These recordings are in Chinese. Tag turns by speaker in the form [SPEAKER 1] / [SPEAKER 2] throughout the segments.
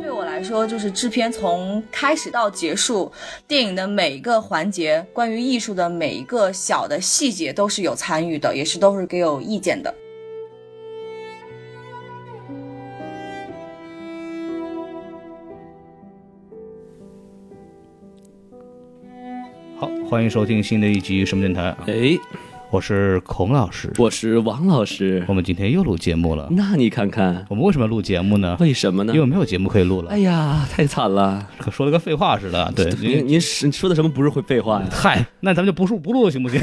[SPEAKER 1] 对我来说，就是制片从开始到结束，电影的每一个环节，关于艺术的每一个小的细节都是有参与的，也是都是给有意见的。
[SPEAKER 2] 好，欢迎收听新的一集什么电台啊，
[SPEAKER 3] 哎，
[SPEAKER 2] 我是孔老师，
[SPEAKER 3] 我是王老师
[SPEAKER 2] 我。们今天又录节目了。
[SPEAKER 3] 那你看看，
[SPEAKER 2] 我们为什么要录节目呢？
[SPEAKER 3] 为什么呢
[SPEAKER 2] 因？为没有节目可以录了
[SPEAKER 3] 哎，呀，太惨了！
[SPEAKER 2] 可说了个废话似的。对，因为
[SPEAKER 3] 您您是说的什么不是会废话呀？
[SPEAKER 2] 嗨，那咱们就不录不录了，行不 行？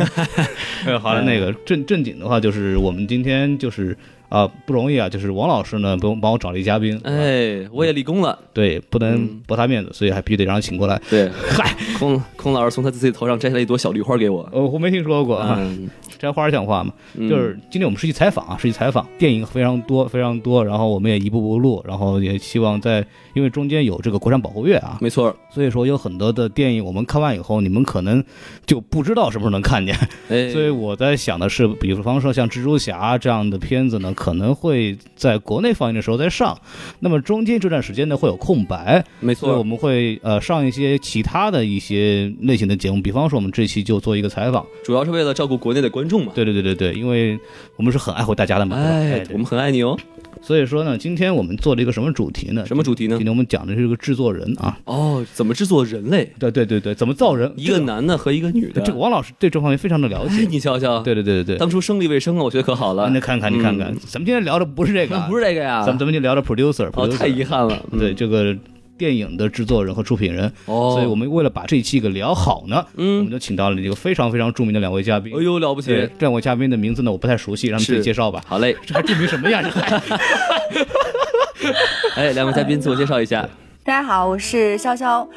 [SPEAKER 2] 哎，好了，那个正正经的话，就是我们今天就是啊、不容易啊，就是王老师呢帮帮我找了一嘉宾，是吧
[SPEAKER 3] 哎，我也立功了。
[SPEAKER 2] 对，不能
[SPEAKER 3] 嗯
[SPEAKER 2] 驳他面子，所以还必须得让他请过来。
[SPEAKER 3] 对，
[SPEAKER 2] 嗨，
[SPEAKER 3] 孔孔老师从他自己头上摘下来一朵小菊花给我。
[SPEAKER 2] 呃，我没听说过啊，
[SPEAKER 3] 嗯，
[SPEAKER 2] 摘花讲话嘛。
[SPEAKER 3] 嗯
[SPEAKER 2] 就是今天我们是去采访啊，是去采访，电影非常多非常多，然后我们也一步步录，然后也希望在因为中间有这个国产保护月啊，
[SPEAKER 3] 没错。
[SPEAKER 2] 所以说有很多的电影我们看完以后，你们可能就不知道什么时候能看见，
[SPEAKER 3] 哎，
[SPEAKER 2] 所以我在想的是，比方说像蜘蛛侠这样的片子呢，可能会在国内放映的时候再上，那么中间这段时间呢会有空白，
[SPEAKER 3] 没
[SPEAKER 2] 所以我
[SPEAKER 3] 错。
[SPEAKER 2] 们会呃上一些其他的一些类型的节目，比方说我们这期就做一个采访，
[SPEAKER 3] 主要是为了照顾国内的观众嘛。
[SPEAKER 2] 对对对对对，因为我们是很爱护大家的嘛，对吧
[SPEAKER 3] 哎，
[SPEAKER 2] 对
[SPEAKER 3] 我们很爱你哦。
[SPEAKER 2] 所以说呢，今天我们做了一个什么主题呢？
[SPEAKER 3] 什么主题呢
[SPEAKER 2] 今天我们讲的是这个制作人啊，
[SPEAKER 3] 哦，怎么制作人类？
[SPEAKER 2] 对对对对，怎么造人？
[SPEAKER 3] 一个
[SPEAKER 2] 这
[SPEAKER 3] 男的和一个女的。
[SPEAKER 2] 这个王老师对这方面非常的了
[SPEAKER 3] 哎，
[SPEAKER 2] 解。
[SPEAKER 3] 你瞧瞧，
[SPEAKER 2] 对对对对对，
[SPEAKER 3] 当初生理卫生啊，我觉得可好了。
[SPEAKER 2] 你看看你看看
[SPEAKER 3] 嗯，
[SPEAKER 2] 咱们今天聊的不是这 个啊，
[SPEAKER 3] 不是这个呀
[SPEAKER 2] 咱？们咱们就聊的 producer，
[SPEAKER 3] 哦，太
[SPEAKER 2] producer
[SPEAKER 3] 遗憾了。嗯
[SPEAKER 2] 对，这个电影的制作人和出品人，
[SPEAKER 3] 哦，
[SPEAKER 2] 所以我们为了把这一期给聊好呢，我们
[SPEAKER 3] 嗯，
[SPEAKER 2] 就请到了一个非常非常著名的两位嘉宾
[SPEAKER 3] 哎。呦，了不起！
[SPEAKER 2] 对，这两位嘉宾的名字呢，我不太熟悉，让他们自己
[SPEAKER 3] 是
[SPEAKER 2] 介 绍吧。
[SPEAKER 3] 好嘞，
[SPEAKER 2] 这还著名什么呀？这还
[SPEAKER 3] 哎，两位嘉宾自我介绍 一下。
[SPEAKER 1] 大家好，我是潇潇，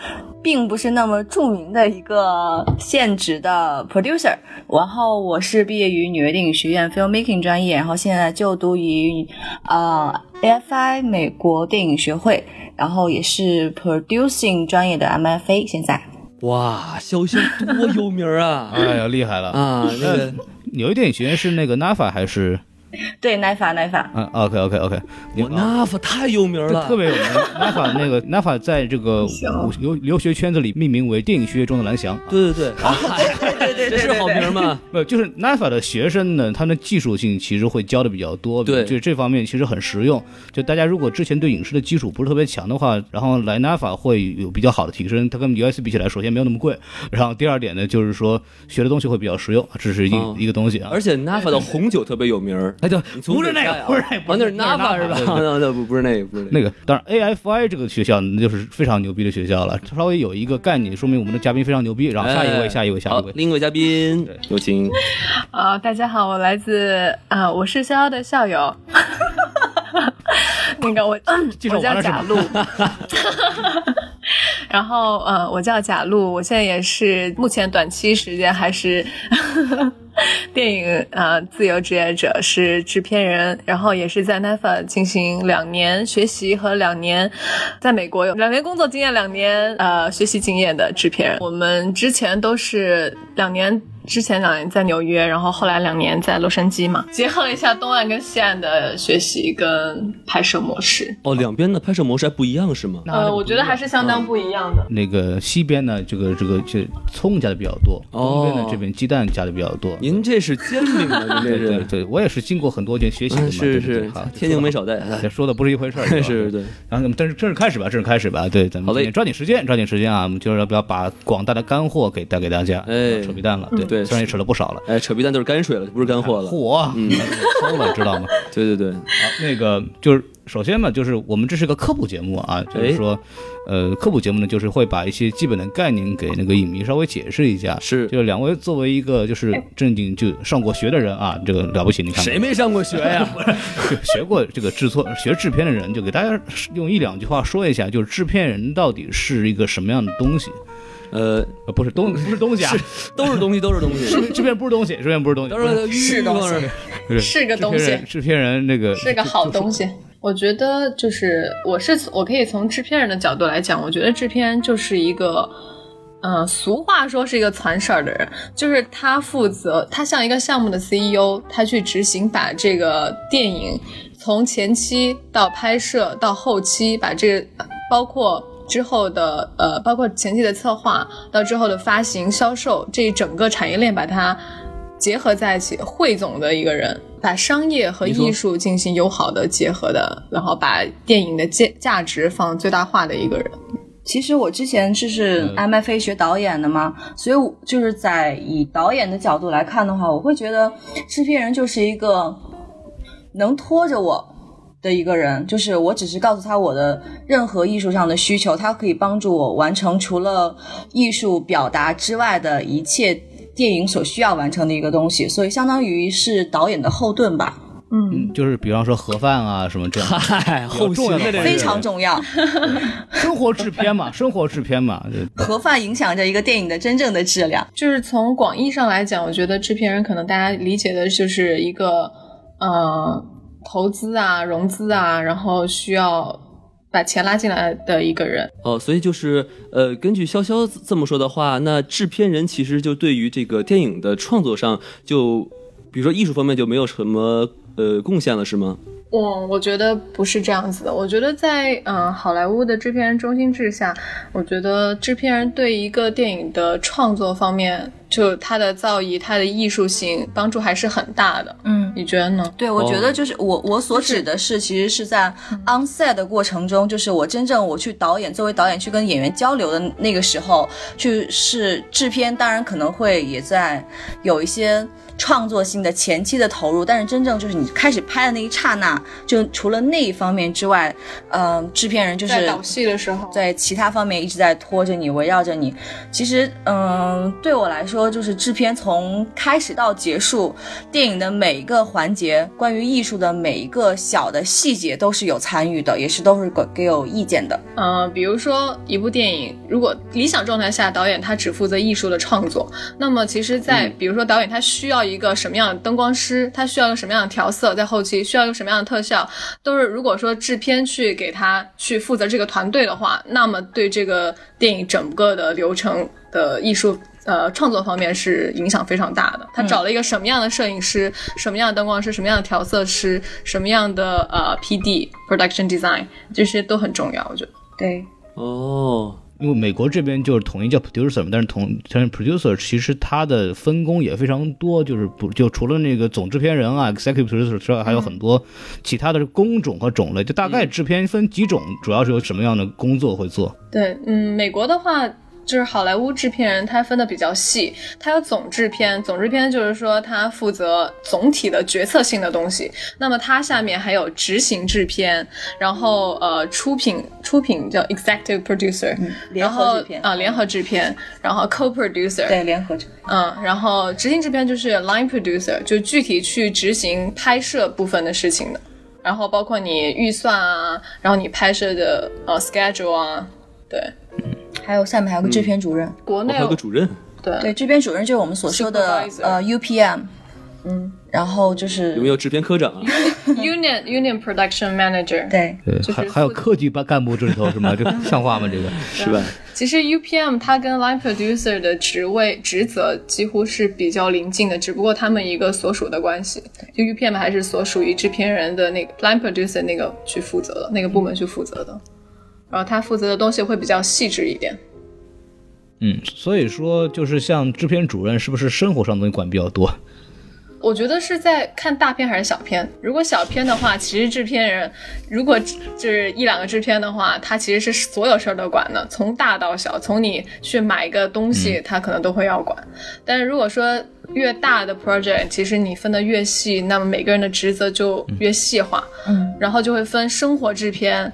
[SPEAKER 1] 并不是那么著名的一个现职的 producer。然后我是毕业于纽约电影学院 filmmaking 专业，然后现在就读于呃 AFI 美国电影学会，然后也是 producing 专业的 MFA。现在
[SPEAKER 3] 哇，潇潇多有名儿 啊！
[SPEAKER 2] 哎呀，厉害了！呃
[SPEAKER 3] 啊，那个
[SPEAKER 2] 纽约电影学院是那个 NAFA 还是？
[SPEAKER 1] 对奈法奈法，
[SPEAKER 2] 嗯，OK OK OK，
[SPEAKER 3] 我 NAF 太有名儿了，
[SPEAKER 2] 啊特别有名。NAFA 那个 NAFA 在这个留留学圈子里命名为电影学中的蓝翔。 啊
[SPEAKER 3] 对对对，啊嗨
[SPEAKER 1] 对对
[SPEAKER 3] 这是好名儿吗？
[SPEAKER 2] 不，就是 NAFA 的学生呢，他们的技术性其实会教的比较多，
[SPEAKER 3] 对
[SPEAKER 2] 就这方面其实很实用。就大家如果之前对影视的基础不是特别强的话，然后来 NAFA 会有比较好的提升。它跟 US 比起来，首先没有那么贵，然后第二点呢，就是说学的东西会比较实用，这是一、
[SPEAKER 3] 哦
[SPEAKER 2] 一个东西啊。
[SPEAKER 3] 而且 NAF 的红酒特别有名儿。
[SPEAKER 2] 哎，对，
[SPEAKER 3] 你从
[SPEAKER 2] 不是那
[SPEAKER 3] 北
[SPEAKER 2] 个
[SPEAKER 3] 戴，啊
[SPEAKER 2] 不是那个，
[SPEAKER 3] 啊，那是
[SPEAKER 2] 那
[SPEAKER 3] NAF 是吧？ 那那不不是那个，不是
[SPEAKER 2] 那
[SPEAKER 3] 个。
[SPEAKER 2] 个，当然 AFI 这个学校那就是非常牛逼的学校了，稍微有一个概念，说明我们的嘉宾非常牛逼。然后下一位，
[SPEAKER 3] 哎
[SPEAKER 2] 下一位，下
[SPEAKER 3] 好
[SPEAKER 2] 一，位，
[SPEAKER 3] 另一位嘉宾
[SPEAKER 2] 对
[SPEAKER 3] 有请。
[SPEAKER 4] 啊、大家好，我来自啊、我是逍遥的校友。那个我
[SPEAKER 2] 介绍完
[SPEAKER 4] 我叫
[SPEAKER 2] 了是
[SPEAKER 4] 贾
[SPEAKER 2] 吧
[SPEAKER 4] 璐，然后呃，我叫贾璐，我现在也是目前短期时间还是 电影呃自由职业者，是制片人，然后也是在 NAFA 进行两年学习和两年呃在美国有两年工作经验，两年呃学习经验的制片人。我们之前都是两年。之前两年在纽约，然后后来两年在洛杉矶嘛，结合了一下东岸跟西岸的学习跟拍摄模式。
[SPEAKER 3] 哦，两边的拍摄模式还不一样是吗？
[SPEAKER 4] 呃，我觉得还是相当不一样的。
[SPEAKER 2] 那个西边呢，这个这个这葱加的比较多，东边呢
[SPEAKER 3] 哦
[SPEAKER 2] 这边鸡蛋加的比较多。
[SPEAKER 3] 您这是煎饼啊，您这
[SPEAKER 2] 对对
[SPEAKER 3] 是。
[SPEAKER 2] 对，我也是经过很多年学习的嘛，对
[SPEAKER 3] 嗯，是
[SPEAKER 2] 对对
[SPEAKER 3] 是
[SPEAKER 2] 好，
[SPEAKER 3] 天津没少带。哎
[SPEAKER 2] 这说的不是一回 事儿，
[SPEAKER 3] 是
[SPEAKER 2] 吧
[SPEAKER 3] 是，对，
[SPEAKER 2] 然后咱们正式正式开始吧，正式开始吧，对，咱们
[SPEAKER 3] 好嘞
[SPEAKER 2] 今天抓紧时间，抓紧时间啊，我们就是要不要把广大的干货给带给大家，
[SPEAKER 3] 哎
[SPEAKER 2] 扯皮蛋了，对
[SPEAKER 3] 对对
[SPEAKER 2] 虽然也吃了不少了。
[SPEAKER 3] 哎，扯皮蛋就是泔水了，就不是干货了。
[SPEAKER 2] 嚯，
[SPEAKER 3] 嗯
[SPEAKER 2] 齁了，知 道吗？
[SPEAKER 3] 对对对，
[SPEAKER 2] 好，那个就是首先嘛，就是我们这是个科普节目啊，
[SPEAKER 3] 哎
[SPEAKER 2] 就是说，呃，科普节目呢，就是会把一些基本的概念给那个影迷稍微解释一下。
[SPEAKER 3] 是
[SPEAKER 2] 就两位作为一个就是正经就上过学的人啊，这个了不起，你看
[SPEAKER 3] 谁没上过学 呀？
[SPEAKER 2] 就学过这个制作、 学制片的人，就给大家用一两句话说一下，就是制片人到底是一个什么样的东西？
[SPEAKER 3] 呃，
[SPEAKER 2] 呃，不是 东，不是东西啊，
[SPEAKER 3] 都是东西，都是东
[SPEAKER 2] 制
[SPEAKER 3] 西，
[SPEAKER 2] 片制片不是东西，制片不是东西
[SPEAKER 3] 都，是
[SPEAKER 4] 是东西
[SPEAKER 3] 欲望上
[SPEAKER 2] 不
[SPEAKER 4] 是个东
[SPEAKER 2] 制片
[SPEAKER 4] 西
[SPEAKER 2] 人制片人那个
[SPEAKER 4] 是个好东西。我觉得就是我是我可以从制片人的角度来讲，我觉得制片人就是一个。嗯，俗话说是一个攒事儿的人，就是他负责，他像一个项目的 CEO，他去执行把这个电影从前期到拍摄到后期，把这个包括之后的呃，包括前期的策划到之后的发行、销售这一整个产业链，把它结合在一起，汇总的一个人，把商业和艺术进行友好的结合的，然后把电影的价价值放最大化的一个人。
[SPEAKER 1] 其实我之前是是
[SPEAKER 2] 嗯
[SPEAKER 1] MFA 学导演的嘛，所以我就是在以导演的角度来看的话，我会觉得制片人就是一个能拖着我的一个人，就是我只是告诉他我的任何艺术上的需求，他可以帮助我完成除了艺术表达之外的一切电影所需要完成的一个东西，所以相当于是导演的后盾吧，
[SPEAKER 4] 嗯，
[SPEAKER 2] 就是比方说盒饭啊什么这样 的，
[SPEAKER 3] 嗨，后
[SPEAKER 2] 重
[SPEAKER 3] 勤
[SPEAKER 2] 要
[SPEAKER 3] 的
[SPEAKER 2] 对
[SPEAKER 3] 这人
[SPEAKER 1] 非常重要。
[SPEAKER 2] 生活制片嘛，生活制片嘛，对
[SPEAKER 1] 盒饭影响着一个电影的真正的质量。
[SPEAKER 4] 就是从广义上来讲，我觉得制片人可能大家理解的就是一个呃投资啊、融资啊，然后需要把钱拉进来的一个人。
[SPEAKER 3] 哦，所以就是呃，根据潇潇这么说的话，那制片人其实就对于这个电影的创作上，就比如说艺术方面就没有什么呃贡献了，是吗？
[SPEAKER 4] 嗯我我觉得不是这样子的。我觉得在嗯、呃好莱坞的制片人中心制下，我觉得制片人对一个电影的创作方面，就他的造诣、他的艺术性帮助还是很大的。
[SPEAKER 1] 嗯，
[SPEAKER 4] 你觉得呢？
[SPEAKER 1] 对，我
[SPEAKER 3] 哦
[SPEAKER 1] 觉得就是我我所指的是，其实是在 on set 的过程中，就是我真正我去导演，作为导演去跟演员交流的那个时候，就是制片当然可能会也在有一些创作性的前期的投入，但是真正就是你开始拍的那一刹那，就除了那一方面之外，嗯、制片人就是
[SPEAKER 4] 在导戏的时候，
[SPEAKER 1] 在其他方面一直在拖着你，围绕着你。其实，嗯，对我来说，就是制片从开始到结束，电影的每一个环节，关于艺术的每一个小的细节都是有参与的，也是都是给给有意见的。
[SPEAKER 4] 呃，比如说一部电影，如果理想状态下导演他只负责艺术的创作，那么其实在，比如说导演他需要一个什么样的灯光师，他需要一个什么样的调色，在后期需要一个什么样的特效，都是如果说制片去给他去负责这个团队的话，那么对这个电影整个的流程的艺术。呃，创作方面是影响非常大的。他找了一个什么样的摄影师，什么样的灯光师，什么样的调色师，什么样的呃 P.D. production design，这些都很重要，我觉得。
[SPEAKER 1] 对，
[SPEAKER 3] 哦，
[SPEAKER 2] 因为美国这边就是统一叫 producer 嘛，但是统但是 producer 其实它的分工也非常多，就是不就除了那个总制片人啊 executive producer 之外，还有很多其他的工种和种类。就大概制片分几种，主要是有什么样的工作会做？
[SPEAKER 4] 对，嗯，美国的话。就是好莱坞制片人，他分的比较细，他有总制片，总制片就是说他负责总体的决策性的东西。那么他下面还有执行制片，然后呃出品出品叫 executive producer，、
[SPEAKER 1] 嗯联
[SPEAKER 4] 然
[SPEAKER 1] 合
[SPEAKER 4] 后
[SPEAKER 1] 制片
[SPEAKER 4] 啊、联合制片，然后 co producer，
[SPEAKER 1] 对，联合制
[SPEAKER 4] 嗯，然后执行制片就是 line producer，就具体去执行拍摄部分的事情的，然后包括你预算啊，然后你拍摄的呃 schedule 啊，对。
[SPEAKER 1] 还有下面还有个制片主任，
[SPEAKER 4] 国
[SPEAKER 3] 我
[SPEAKER 4] 内
[SPEAKER 3] 还有个主任，
[SPEAKER 4] 对
[SPEAKER 1] 对，制片主任就是我们所说的
[SPEAKER 4] Supervisor
[SPEAKER 1] 呃 UPM，
[SPEAKER 4] 嗯
[SPEAKER 1] 然后就是
[SPEAKER 3] 有没有制片科长啊？
[SPEAKER 4] union union production manager。，
[SPEAKER 1] 对。
[SPEAKER 2] 对
[SPEAKER 4] 就是
[SPEAKER 2] 还
[SPEAKER 4] 负
[SPEAKER 2] 还有科级班干部这里头是 吗？这个像话吗？这个
[SPEAKER 3] 是吧？
[SPEAKER 4] 其实 UPM 它跟 line producer 的职位职责几乎是比较临近的，只不过他们一个所属的关系，就 UPM 还是所属于制片人的那个 line producer 那个去负责的那个部门去负责的，然后他负责的东西会比较细致一点。
[SPEAKER 2] 嗯，所以说就是像制片主任，是不是生活上的东西管比较多？
[SPEAKER 4] 我觉得是在看大片还是小片。如果小片的话，其实制片人如果就是一两个制片的话，他其实是所有事儿都管的，从大到小，从你去买一个东西，他可能都会要管。但是如果说越大的 project，其实你分的越细，那么每个人的职责就越细化，
[SPEAKER 1] 嗯，
[SPEAKER 4] 然后就会分生活制片，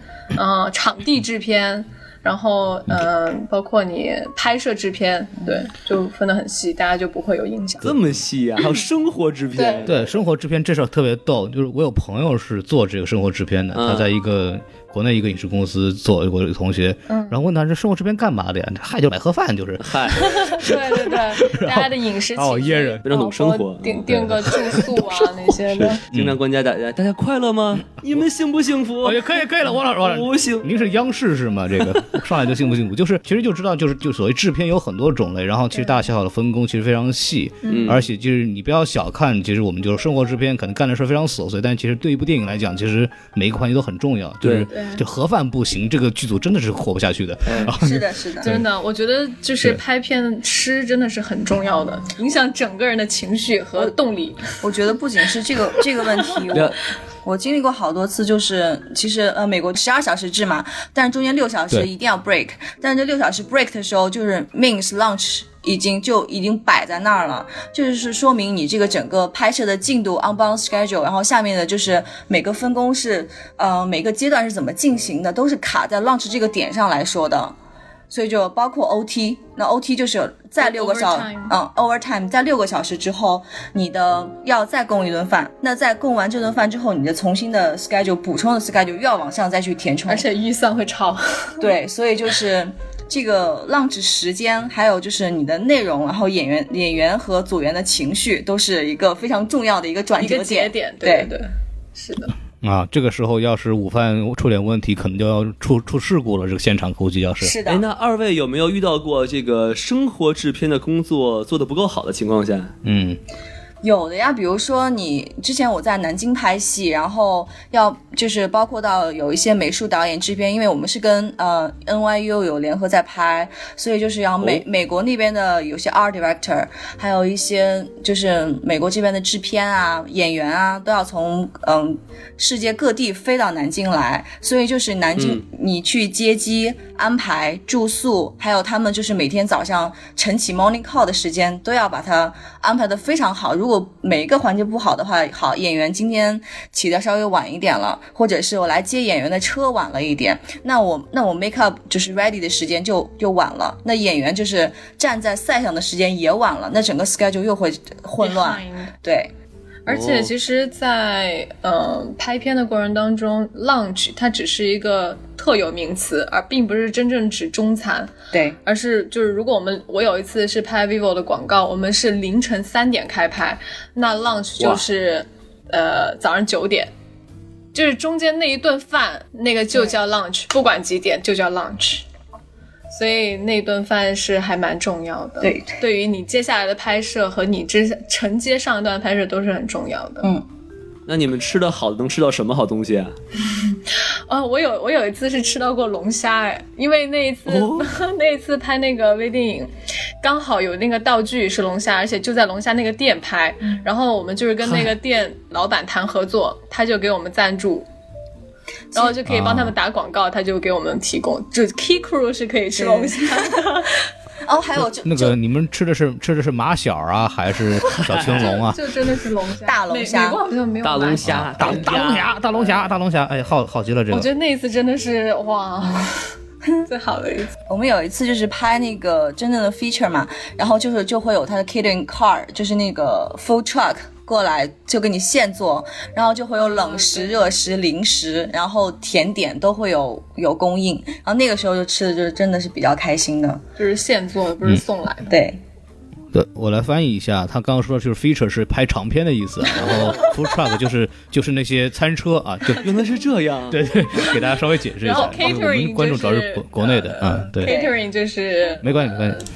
[SPEAKER 4] 嗯、场地制片。然后，嗯、包括你拍摄制片，对，就分得很细，大家就不会有影响。
[SPEAKER 3] 这么细啊，还有生活制片，
[SPEAKER 2] 对生活制片这事儿特别逗，就是我有朋友是做这个生活制片的，
[SPEAKER 3] 嗯
[SPEAKER 2] 他在一个国内一个影视公司做，我有个同学，然后问他这生活制片干嘛的呀？嗨，就买盒饭，就是
[SPEAKER 3] 嗨，
[SPEAKER 4] 对对 对，大家的饮食
[SPEAKER 2] 然后
[SPEAKER 4] 起居
[SPEAKER 2] 噎人
[SPEAKER 3] 非常懂生活嗯
[SPEAKER 4] 包括订订个住宿啊那些的。
[SPEAKER 3] 经常关家大家，大家快乐吗？你们幸不幸福
[SPEAKER 2] 哦，？也可以，可以了，王老师，王老师，
[SPEAKER 3] 不幸
[SPEAKER 2] 您是央视是吗？这个 上来就幸不幸福，就是其实就知道，就是就所谓制片有很多种类，然后其实大大小小的分工其实非常细，
[SPEAKER 3] 嗯
[SPEAKER 2] 而且就是你不要小看，其实我们就是生活制片可能干的事儿非常琐碎，但其实对一部电影来讲，其实每一个环节都很重要，就是
[SPEAKER 4] 对
[SPEAKER 2] 就盒饭不行，这个剧组真的是活不下去的。
[SPEAKER 1] 是的，是的，
[SPEAKER 4] 真的，我觉得就是
[SPEAKER 2] 对
[SPEAKER 4] 拍片吃真的是很重要的，影响整个人的情绪和动力。
[SPEAKER 1] 我觉得不仅是这个这个问题，
[SPEAKER 3] 了
[SPEAKER 1] 我我经历过好多次，就是其实呃，美国十二小时制嘛，但是中间六小时
[SPEAKER 2] 对
[SPEAKER 1] 一定要 break，但是这六小时 break 的时候，就是 means lunch。已经就已经摆在那儿了，就是说明你这个整个拍摄的进度 on bound schedule，然后下面的就是每个分工是呃每个阶段是怎么进行的，都是卡在 lunch 这个点上来说的。所以就包括 OT，那 OT 就是在六个小
[SPEAKER 4] Overtime
[SPEAKER 1] 嗯 overtime 在六个小时之后，你的要再供一顿饭，那在供完这顿饭之后，你的重新的 schedule 补充的 schedule 又要往上再去填充，
[SPEAKER 4] 而且预算会超，
[SPEAKER 1] 对，所以就是这个浪值时间，还有就是你的内容，然后演员演员和组员的情绪，都是一个非常重要的一个转
[SPEAKER 4] 一
[SPEAKER 1] 折
[SPEAKER 4] 个节
[SPEAKER 1] 点对
[SPEAKER 4] 点，对对，是的，
[SPEAKER 2] 啊，这个时候要是午饭出点问题，可能就要出出事故了。这个现场估计要是
[SPEAKER 1] 是的
[SPEAKER 3] 哎，，那二位有没有遇到过这个生活制片的工作做得不够好的情况下？
[SPEAKER 2] 嗯，
[SPEAKER 1] 有的呀，比如说你之前我在南京拍戏，然后要就是包括到有一些美术导演、制片，因为我们是跟呃 NYU 有联合在拍，所以就是要美、
[SPEAKER 3] 哦
[SPEAKER 1] 美国那边的有些 art director，还有一些就是美国这边的制片啊、演员啊，都要从嗯世界各地飞到南京来，所以就是南
[SPEAKER 2] 嗯
[SPEAKER 1] 京、你去接机、安排住宿，还有他们就是每天早上晨起 morning call 的时间，都要把它安排的非常好。如果每一个环节不好的话，好演员今天起的稍微晚一点了，或者是我来接演员的车晚了一点，那我那我 make up 就是 ready 的时间就就晚了，那演员就是站在赛上的时间也晚了，那整个 schedule 又会混乱。
[SPEAKER 4] Behind。
[SPEAKER 1] 对，
[SPEAKER 4] 而且其实在，呃拍片的过程当中，lunch 它只是一个特有名词，而并不是真正指中餐。
[SPEAKER 1] 对，
[SPEAKER 4] 而是就是如果我们我有一次是拍 vivo 的广告，我们是凌晨三点开拍，那 lunch
[SPEAKER 3] 哇
[SPEAKER 4] 就是呃早上九点，就是中间那一顿饭那个就叫 lunch，不管几点就叫 lunch。所以那顿饭是还蛮重要的，
[SPEAKER 1] 对，
[SPEAKER 4] 对于你接下来的拍摄和你之承接上一段拍摄都是很重要的。
[SPEAKER 1] 嗯
[SPEAKER 3] 那你们吃的好的能吃到什么好东西啊？
[SPEAKER 4] 哦，我有我有一次是吃到过龙虾哎，因为那一次、
[SPEAKER 3] 哦
[SPEAKER 4] 那一次拍那个微电影，刚好有那个道具是龙虾，而且就在龙虾那个店拍，然后我们就是跟那个店老板谈合作，他就给我们赞助。然后就可以帮他们打广告，他就给我们提供，就 Key Crew 是可以吃龙虾的，？
[SPEAKER 1] 哦，还有就
[SPEAKER 2] 那
[SPEAKER 1] 就
[SPEAKER 2] 个你们吃的是吃的是马小啊，还是小青龙啊
[SPEAKER 4] 就真的是龙虾，
[SPEAKER 1] 大龙虾
[SPEAKER 4] 美美国好像没有
[SPEAKER 3] 大龙
[SPEAKER 4] 卖
[SPEAKER 3] 虾，
[SPEAKER 2] 大大龙虾，大龙虾，大龙虾，哎，好好极了这
[SPEAKER 4] 我觉
[SPEAKER 2] 个。
[SPEAKER 4] 得那一次真的是 哇，最好的一次。
[SPEAKER 1] 我们有一次就是拍那个真正的 feature 嘛，然后就是就会有他的 catering car，就是那个 food truck 过来就给你现做，然后就会有冷食、热食、零食，然后甜点都会有有供应，然后那个时候就吃的就是真的是比较开心的，
[SPEAKER 4] 就是现做的，不是送来的。
[SPEAKER 1] 对，
[SPEAKER 2] 对，我来翻译一下，他刚刚说的就是 feature 是拍长片的意思，啊然后 food truck 就是就是那些餐车啊，就
[SPEAKER 3] 原来是这样。
[SPEAKER 2] 对对，给大家稍微解释一
[SPEAKER 4] 然
[SPEAKER 2] 下
[SPEAKER 4] 后，
[SPEAKER 2] 因为我
[SPEAKER 4] catering
[SPEAKER 2] 们观众主要
[SPEAKER 4] 就是呃
[SPEAKER 2] 国国内的，嗯，对，
[SPEAKER 4] catering 就是
[SPEAKER 2] 没关系没关系，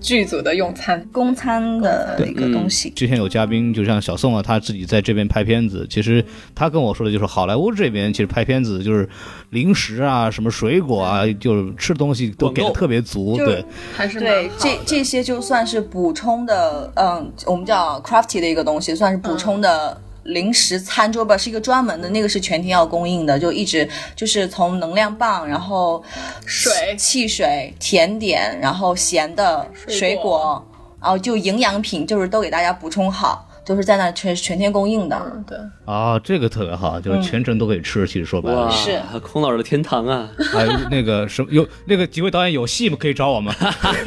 [SPEAKER 4] 剧组的用餐。
[SPEAKER 1] 公餐的一个东西。
[SPEAKER 2] 之前有嘉宾，就像小宋啊，他自己在这边拍片子，其实他跟我说的就是好莱坞这边其实拍片子就是零食啊、什么水果啊，就是吃的东西都给的
[SPEAKER 3] 网购
[SPEAKER 2] 特别足，
[SPEAKER 1] 就是
[SPEAKER 2] 对，
[SPEAKER 4] 还是蛮
[SPEAKER 1] 对，
[SPEAKER 4] 好
[SPEAKER 1] 这
[SPEAKER 4] 的
[SPEAKER 1] 这些就算是补充的，嗯，我们叫 crafty 的一个东西，算是
[SPEAKER 4] 嗯
[SPEAKER 1] 补充的零食餐桌吧，是一个专门的，那个是全天要供应的，就一直就是从能量棒，然后
[SPEAKER 4] 水
[SPEAKER 1] 汽水、甜点，然后咸的
[SPEAKER 4] 水
[SPEAKER 1] 水
[SPEAKER 4] 果
[SPEAKER 1] 果，然后就营养品，就是都给大家补充好，都是在那全全天供应的。
[SPEAKER 4] 嗯对，
[SPEAKER 2] 啊，这个特别好，就是全程都可以吃。其实说白
[SPEAKER 3] 哇，
[SPEAKER 2] 了，
[SPEAKER 1] 是
[SPEAKER 3] 孔老师的天堂啊！
[SPEAKER 2] 哎，那个什么有那个几位导演有戏吗？可以找我吗？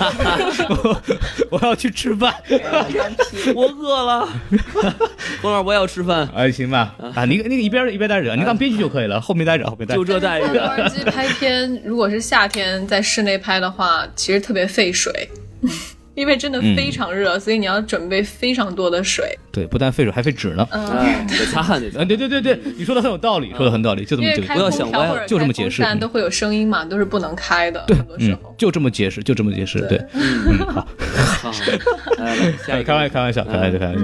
[SPEAKER 2] 我我要去吃饭。
[SPEAKER 4] 嗯
[SPEAKER 3] 我饿了，孔老师我也要吃饭，
[SPEAKER 2] 哎，行吧，啊，你那个一边一边待着，你当编剧就可以了，后面待着，后面待
[SPEAKER 3] 就
[SPEAKER 2] 着。
[SPEAKER 3] 这待
[SPEAKER 4] 在洛
[SPEAKER 3] 遇。啊
[SPEAKER 4] 杉矶拍片，如果是夏天在室内拍的话，其实特别费水， 因为真的
[SPEAKER 2] 嗯
[SPEAKER 4] 非常热，所以你要准备非常多的水。
[SPEAKER 2] 对，不但费水还费纸呢。
[SPEAKER 3] 哎，得擦汗得擦
[SPEAKER 2] 啊，
[SPEAKER 3] 汗。
[SPEAKER 2] 对对对对，你说的很有道理，说的很有道理，就这
[SPEAKER 4] 因
[SPEAKER 2] 么
[SPEAKER 4] 为
[SPEAKER 2] 这
[SPEAKER 4] 开
[SPEAKER 3] 不
[SPEAKER 2] 个，
[SPEAKER 3] 要
[SPEAKER 4] 空
[SPEAKER 3] 想
[SPEAKER 4] 调
[SPEAKER 3] 歪
[SPEAKER 4] 或
[SPEAKER 3] 了
[SPEAKER 4] 者
[SPEAKER 2] 就这么
[SPEAKER 4] 开
[SPEAKER 2] 解
[SPEAKER 4] 风
[SPEAKER 2] 释
[SPEAKER 4] 扇
[SPEAKER 2] 嗯
[SPEAKER 4] 都会有声音嘛，都是不能开的，很多时
[SPEAKER 2] 嗯
[SPEAKER 4] 候。，
[SPEAKER 2] 就这么解释，就这么解释，对。
[SPEAKER 3] 好来来下
[SPEAKER 2] 开
[SPEAKER 3] 一个
[SPEAKER 2] 开玩开玩笑，开玩笑，开玩笑。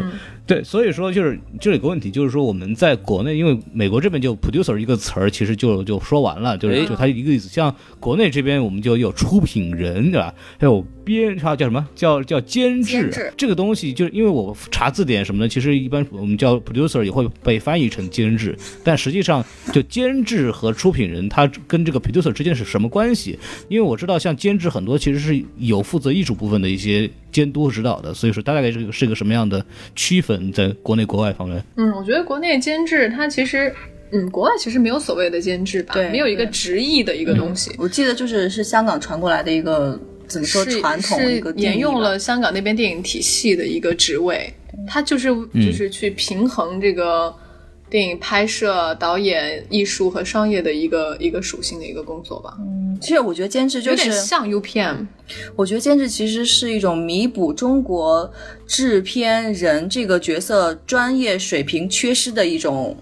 [SPEAKER 2] 对，所以说就是就有个问题，就是说我们在国内，因为美国这边就 producer 一个词儿，其实就就说完了，就是
[SPEAKER 3] 哎
[SPEAKER 2] 就它一个意思。像国内这边，我们就有出品人，对吧？还有编，还有叫什么叫叫监制啊
[SPEAKER 1] 监制
[SPEAKER 2] 这个东西，就是因为我查字典什么的，其实一般我们叫 producer 也会被翻译成监制，但实际上就监制和出品人，它跟这个 producer 之间是什么关系？因为我知道像监制很多其实是有负责艺术部分的一些监督和指导的，所以说大概是个是个什么样的区分，在国内国外方面，
[SPEAKER 4] 嗯，我觉得国内监制它其实，嗯，国外其实没有所谓的监制吧，
[SPEAKER 1] 对
[SPEAKER 4] 没有一个
[SPEAKER 1] 对
[SPEAKER 4] 直译的一个东
[SPEAKER 2] 嗯
[SPEAKER 4] 西。
[SPEAKER 1] 我记得就是是香港传过来的一个怎么说
[SPEAKER 4] 是
[SPEAKER 1] 传统的一个
[SPEAKER 4] 是
[SPEAKER 1] 定义吧嗯
[SPEAKER 4] 沿用了香港那边电影体系的一个职位，它就是
[SPEAKER 2] 嗯
[SPEAKER 4] 就是去平衡这个电影拍摄、导演、艺术和商业的一个一个属性的一个工作吧，
[SPEAKER 1] 其实我觉得监制嗯
[SPEAKER 4] 有
[SPEAKER 1] 就
[SPEAKER 4] 点
[SPEAKER 1] 是
[SPEAKER 4] 像 UPM，
[SPEAKER 1] 我觉得监制其实是一种弥补中国制片人这个角色专业水平缺失的一种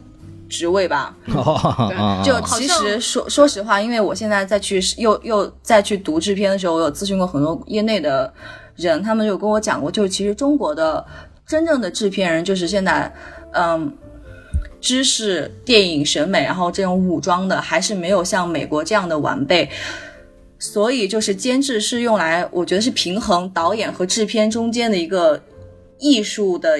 [SPEAKER 1] 职位吧。
[SPEAKER 2] 哦
[SPEAKER 1] 就
[SPEAKER 4] 好
[SPEAKER 1] 其
[SPEAKER 4] 像
[SPEAKER 1] 实说说实话，因为我现在再去又又再去读制片的时候，我有咨询过很多业内的人，他们有跟我讲过，就是其实中国的真正的制片人，就是现在，嗯。知识、电影审美，然后这种武装的，还是没有像美国这样的完备。所以就是监制是用来，我觉得是平衡导演和制片中间的一个艺术的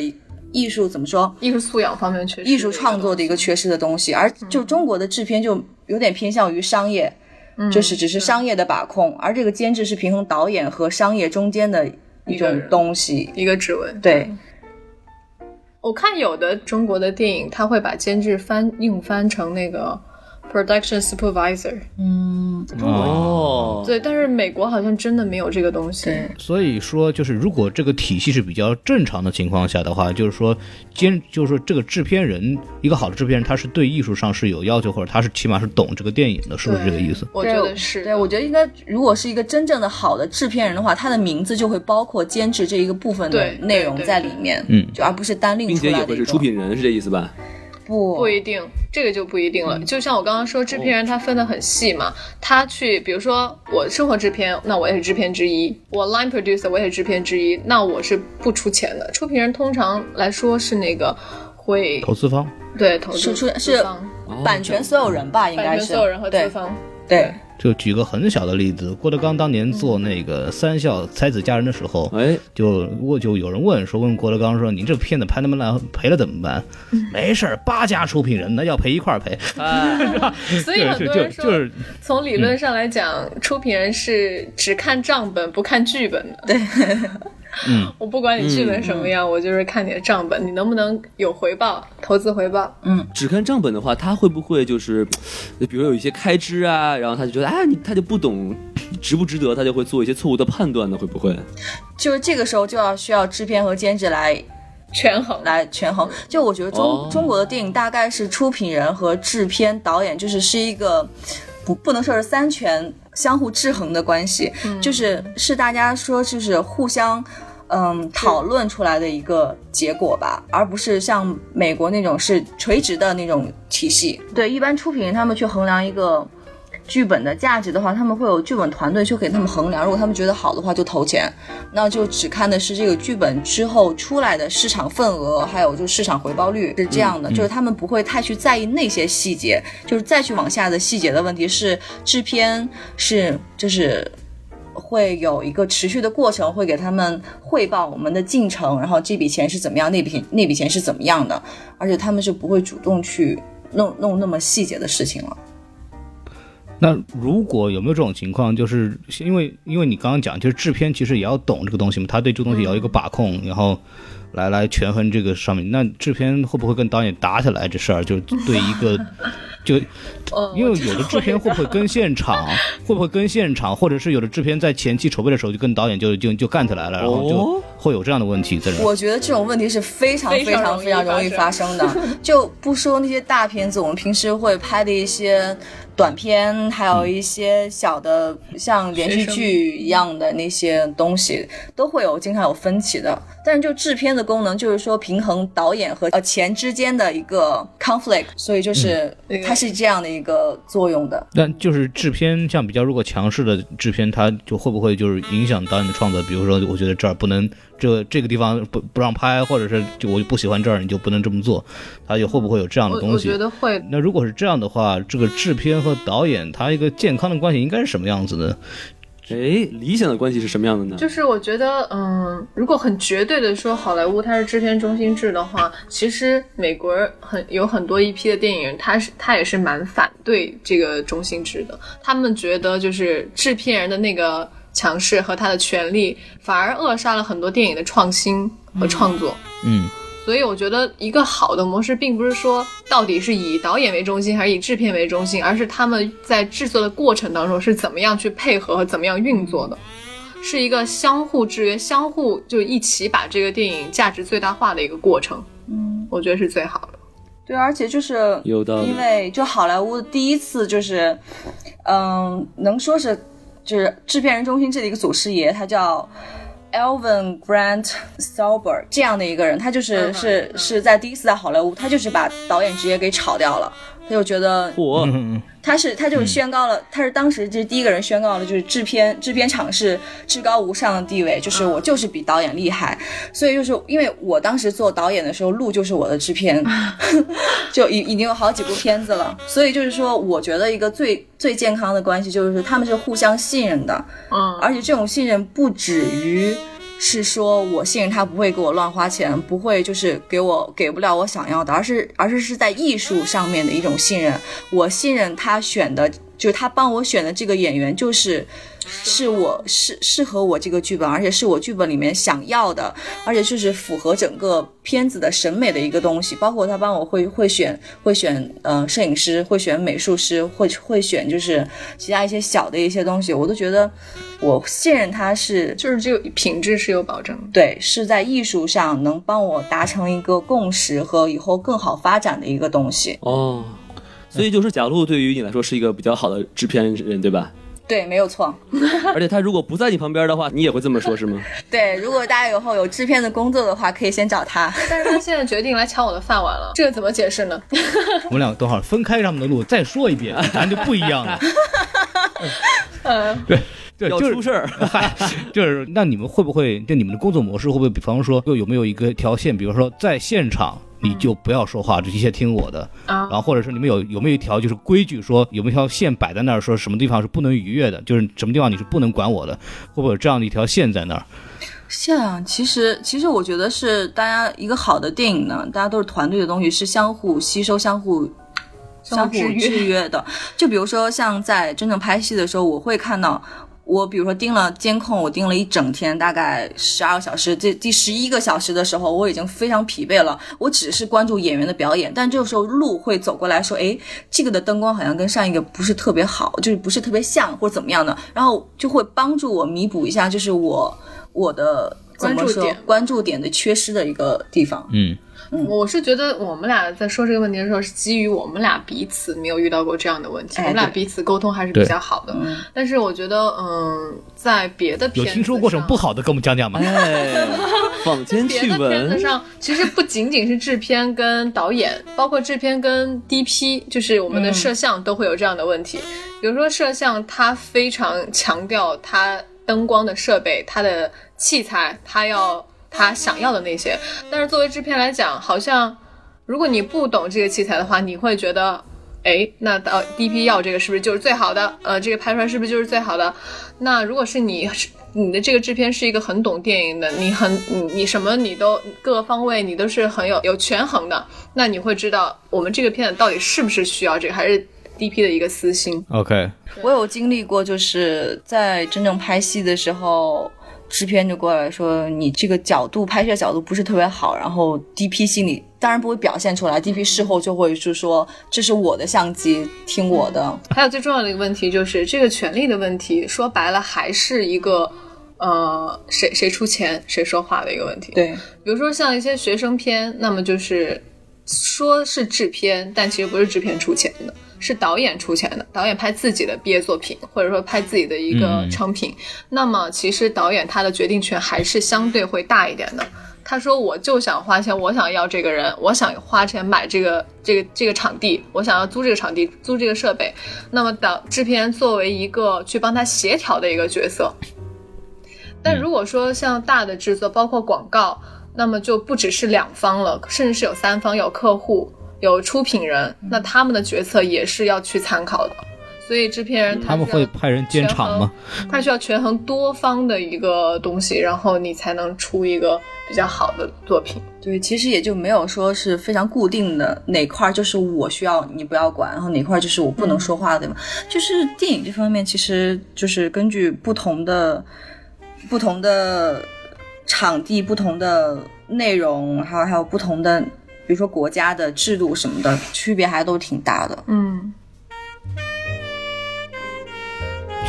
[SPEAKER 1] 艺术怎么说？
[SPEAKER 4] 艺术素养方面确实
[SPEAKER 1] 艺术创作的一
[SPEAKER 4] 个
[SPEAKER 1] 个缺失的东西，而就中国的制片就有点偏向于商业，
[SPEAKER 4] 东西，
[SPEAKER 1] 就是只是
[SPEAKER 4] 对
[SPEAKER 1] 商业的把控，而这个监制是平衡导演和商业中间的一
[SPEAKER 4] 一个
[SPEAKER 1] 种
[SPEAKER 4] 人
[SPEAKER 1] 东西。
[SPEAKER 4] 一个职位。
[SPEAKER 1] 对，
[SPEAKER 4] 我看有的中国的电影，他会把监制翻硬翻成那个 production supervisor，
[SPEAKER 1] 嗯，
[SPEAKER 3] 哦，
[SPEAKER 4] 对，但是美国好像真的没有这个东西。
[SPEAKER 1] 对，
[SPEAKER 2] 所以说，就是如果这个体系是比较正常的情况下的话，就是说监，就是说这个制片人，一个好的制片人，他是对艺术上是有要求，或者他是起码是懂这个电影的，是不是这个意思？
[SPEAKER 4] 我觉得是的。
[SPEAKER 1] 对，我觉得应该，如果是一个真正的好的制片人的话，他的名字就会包括监制这一个部分的
[SPEAKER 4] 对
[SPEAKER 1] 内容
[SPEAKER 4] 对
[SPEAKER 1] 在
[SPEAKER 4] 对
[SPEAKER 1] 里面，
[SPEAKER 2] 嗯
[SPEAKER 1] 就而不是单另
[SPEAKER 3] 并
[SPEAKER 1] 出
[SPEAKER 3] 且也
[SPEAKER 1] 来的
[SPEAKER 3] 会
[SPEAKER 1] 一
[SPEAKER 3] 是
[SPEAKER 1] 个。
[SPEAKER 3] 出品人，是这意思吧？
[SPEAKER 1] 不
[SPEAKER 4] 不一定，这个就不一定
[SPEAKER 1] 嗯
[SPEAKER 4] 了。就像我刚刚说，制片人
[SPEAKER 1] 哦
[SPEAKER 4] 他分得很细嘛，他去，比如说我生活制片，那我也是制片之一；我 line producer，我也是制片之一。那我是不出钱的，出品人通常来说是那个会
[SPEAKER 2] 投资方
[SPEAKER 4] 对投资
[SPEAKER 1] 是出
[SPEAKER 4] 资
[SPEAKER 1] 是
[SPEAKER 4] 方
[SPEAKER 3] 哦
[SPEAKER 1] 版权所有人吧，应
[SPEAKER 4] 版
[SPEAKER 1] 该
[SPEAKER 4] 权
[SPEAKER 1] 是
[SPEAKER 4] 所有人和资
[SPEAKER 1] 对
[SPEAKER 4] 方。
[SPEAKER 1] 对，
[SPEAKER 2] 就举个很小的例子，郭德纲当年做那个《三笑才子佳人》的时候，
[SPEAKER 3] 哎，
[SPEAKER 2] 就我就有人问说问郭德纲说你这片子拍那么烂赔了怎么 办？没事儿，八家出品人那要赔一块儿赔，
[SPEAKER 4] 所以
[SPEAKER 2] 对，
[SPEAKER 4] 很
[SPEAKER 2] 就
[SPEAKER 4] 多
[SPEAKER 2] 就
[SPEAKER 4] 人说，
[SPEAKER 2] 就是嗯
[SPEAKER 4] 从理论上来讲，出品人是只看账本不看剧本的。对，
[SPEAKER 2] 嗯，
[SPEAKER 4] 我不管你剧本什么样，我就是看你的账本，你能不能有回报，投资回报。
[SPEAKER 3] 只看账本的话，他会不会就是，呃比如有一些开支啊，然后他就觉得啊，你他就不懂值不值得，他就会做一些错误的判断呢？会不会？
[SPEAKER 1] 就是这个时候就要需要制片和监制来
[SPEAKER 4] 权衡，
[SPEAKER 1] 来权衡。就我觉得中、
[SPEAKER 3] 哦
[SPEAKER 1] 中国的电影大概是出品人和制片、导演，就是是一个不不能说是三权相互制衡的关系，就是是大家说就是互相。嗯，讨论出来的一个结果吧，而不是像美国那种是垂直的那种体系。对，一般出品人他们去衡量一个剧本的价值的话，他们会有剧本团队去给他们衡量，如果他们觉得好的话就投钱，那就只看的是这个剧本之后出来的市场份额，还有就市场回报率是这样的，就是他们不会太去在意那些细节，就是再去往下的细节的问题是制片是就是。会有一个持续的过程，会给他们汇报我们的进程，然后这笔钱是怎么样，那笔钱那笔钱是怎么样的，而且他们是不会主动去弄弄那么细节的事情了。
[SPEAKER 2] 那如果有没有这种情况，就是因为因为你刚刚讲，就是制片其实也要懂这个东西嘛，他对这个东西也要有一个把控，然后来来权衡这个上面。那制片会不会跟导演打起来这事儿？就对一个就
[SPEAKER 4] 哦
[SPEAKER 2] 因为有的制片会不会跟现场，会不会跟现场，或者是有的制片在前期筹备的时候就跟导演就就就干起来了，然后就
[SPEAKER 3] 哦
[SPEAKER 2] 会有这样的问题在这儿。
[SPEAKER 1] 我觉得这种问题是非常非常非常容易发生的， 就不说那些大片子，我们平时会拍的一些短片，还有一些小的像连续剧一样的那些东西，都会有经常有分歧的。但是就制片的功能，就是说平衡导演和呃钱之间的一个 conflict，所以就是
[SPEAKER 4] 嗯
[SPEAKER 1] 它是这样的一个作用的。
[SPEAKER 2] 但就是制片，像比较如果强势的制片，他就会不会就是影响导演的创作？比如说，我觉得这儿不能，这这个地方不不让拍，或者是就我就不喜欢这儿，你就不能这么做，他就会不会有这样的
[SPEAKER 4] 我
[SPEAKER 2] 东
[SPEAKER 4] 我
[SPEAKER 2] 西
[SPEAKER 4] 觉？得会
[SPEAKER 2] 那如果是这样的话，这个制片和导演他一个健康的关系应该是什么样子的？
[SPEAKER 3] 哎，理想的关系是什么样的呢？
[SPEAKER 4] 就是我觉得，嗯，如果很绝对的说好莱坞它是制片中心制的话，其实美国很有很多一批的电影，它是它也是蛮反对这个中心制的。他们觉得就是制片人的那个强势和他的权利，反而扼杀了很多电影的创新和创作。
[SPEAKER 2] 嗯，
[SPEAKER 4] 所以我觉得一个好的模式，并不是说到底是以导演为中心还是以制片为中心，而是他们在制作的过程当中是怎么样去配合和怎么样运作的，是一个相互制约、相互就一起把这个电影价值最大化的一个过程。嗯，我觉得是最好的。
[SPEAKER 1] 对，而且就是
[SPEAKER 3] 有道理
[SPEAKER 1] 因为就好莱坞第一次就是，嗯，能说是就是制片人中心制的一个祖师爷，他叫 Elvin Grant Stauber 这样的一个人，他就是、
[SPEAKER 4] 嗯
[SPEAKER 1] 是
[SPEAKER 4] 嗯
[SPEAKER 1] 是在第一次在好莱坞，他就是把导演职业给炒掉了。他就觉得
[SPEAKER 3] 火
[SPEAKER 1] 他是他就是宣告了，他是当时这是第一个人宣告了，就是制片制片厂是至高无上的地位，就是我就是比导演厉害，所以就是因为我当时做导演的时候，路就是我的制片， 就已已经有好几部片子了，所以就是说，我觉得一个最最健康的关系就是他们是互相信任的，
[SPEAKER 4] 嗯，
[SPEAKER 1] 而且这种信任不止于是说我信任他不会给我乱花钱，不会就是给我给不了我想要的，而是而是是在艺术上面的一种信任。我信任他选的，就是他帮我选的这个演员，就是是我适适合我这个剧本，而且是我剧本里面想要的，而且就是符合整个片子的审美的一个东西。包括他帮我会会选会选呃摄影师，会选美术师，会会选就是其他一些小的一些东西，我都觉得我信任他是
[SPEAKER 4] 就是这个品质是有保证的。
[SPEAKER 1] 对，是在艺术上能帮我达成一个共识和以后更好发展的一个东西。
[SPEAKER 3] 哦。所以就是贾璐对于你来说是一个比较好的制片人，对吧？
[SPEAKER 1] 对，没有错。
[SPEAKER 3] 而且他如果不在你旁边的话，你也会这么说，是吗？
[SPEAKER 1] 对，如果大家以后有制片的工作的话，可以先找他。
[SPEAKER 4] 但是他现在决定来抢我的饭碗了，这个怎么解释呢？
[SPEAKER 2] 我们俩等会儿分开他们的路，再说一遍，咱就不一样了。
[SPEAKER 4] 嗯，
[SPEAKER 2] 对，
[SPEAKER 3] 要
[SPEAKER 2] 就是
[SPEAKER 3] 出事儿，
[SPEAKER 2] 嗨， 就是那你们会不会，就你们的工作模式会不会，比方说有没有一个条线，比如说在现场你就不要说话，就一切听我的，
[SPEAKER 4] 啊
[SPEAKER 2] 然后或者说你们有有没有一条就是规矩说，有没有一条线摆在那儿，说什么地方是不能逾越的，就是什么地方你是不能管我的，会不会有这样的一条线在那儿？
[SPEAKER 1] 是啊，其实其实我觉得是大家一个好的电影呢，大家都是团队的东西，是相互吸收、相互相
[SPEAKER 4] 相
[SPEAKER 1] 互
[SPEAKER 4] 互
[SPEAKER 1] 制
[SPEAKER 4] 制约
[SPEAKER 1] 约的。就比如说像在真正拍戏的时候，我会看到。我比如说盯了监控，我盯了一整天，大概十二个小时。这第十一个小时的时候，我已经非常疲惫了。我只是关注演员的表演，但这个时候路会走过来说：“诶，这个的灯光好像跟上一个不是特别好，就是不是特别像，或者怎么样的。”然后就会帮助我弥补一下，就是我我的怎么
[SPEAKER 4] 关注
[SPEAKER 1] 说
[SPEAKER 4] 点
[SPEAKER 1] 关注点的缺失的一个地方。
[SPEAKER 2] 嗯，
[SPEAKER 4] 我是觉得我们俩在说这个问题的时候，是基于我们俩彼此没有遇到过这样的问题，
[SPEAKER 1] 哎
[SPEAKER 4] 我们俩
[SPEAKER 1] 对
[SPEAKER 4] 彼此沟通还是比较好的。
[SPEAKER 1] 嗯，
[SPEAKER 4] 但是我觉得，嗯，在别的
[SPEAKER 2] 有
[SPEAKER 4] 片子
[SPEAKER 2] 听说过什么不好的，跟我们讲讲吗？
[SPEAKER 3] 哎，坊间
[SPEAKER 4] 别
[SPEAKER 3] 趣
[SPEAKER 4] 的片子
[SPEAKER 3] 闻，
[SPEAKER 4] 上，其实不仅仅是制片跟导演，包括制片跟 DP，就是我们的摄像都会有这样的问题。比如说摄像，它非常强调它灯光的设备、它的器材，它要它想要的那些。但是作为制片来讲，好像如果你不懂这些器材的话，你会觉得，哎，那到第一批要这个是不是就是最好的？呃，这个拍出来是不是就是最好的？那如果是你，你的这个制片是一个很懂电影的，你很你你什么你都各个方位你都是很有有权衡的，那你会知道我们这个片子到底是不是需要这个，还是 DP 的一个私心。
[SPEAKER 2] OK，
[SPEAKER 1] 我有经历过，就是在真正拍戏的时候，制片就过来说你这个角度拍摄角度不是特别好，然后 DP 心里当然不会表现出来，DP 事后就会就说这是我的相机，听我的。
[SPEAKER 4] 还有最重要的一个问题就是这个权利的问题，说白了还是一个，呃，谁谁出钱谁说话的一个问题。，
[SPEAKER 1] 对，
[SPEAKER 4] 比如说像一些学生片，那么就是说是制片，但其实不是制片出钱的，是导演出钱的，导演拍自己的毕业作品，或者说拍自己的一个
[SPEAKER 2] 嗯
[SPEAKER 4] 成品。那么其实导演他的决定权还是相对会大一点的。他说：“我就想花钱，我想要这个人，我想花钱买这个这个这个场地，我想要租这个场地，租这个设备。”那么导制片人作为一个去帮他协调的一个角色。但
[SPEAKER 1] 嗯
[SPEAKER 4] 如果说像大的制作，包括广告，那么就不只是两方了，甚至是有三方，有客户，有出品人，
[SPEAKER 1] 嗯
[SPEAKER 4] 那他们的决策也是要去参考的。所以制片人
[SPEAKER 1] 嗯
[SPEAKER 2] 他们
[SPEAKER 4] 是要
[SPEAKER 2] 会派人监场吗？
[SPEAKER 4] 他需要权衡多方的一个东西，然后你才能出一个比较好的作品。
[SPEAKER 1] 对，其实也就没有说是非常固定的哪块儿就是我需要你不要管，然后哪块儿就是我不能说话的，对吧？就是电影这方面，其实就是根据不同的、不同的场地、不同的内容，还有还有不同的，比如说国家的制度什么的，区别还都挺大的。
[SPEAKER 4] 嗯，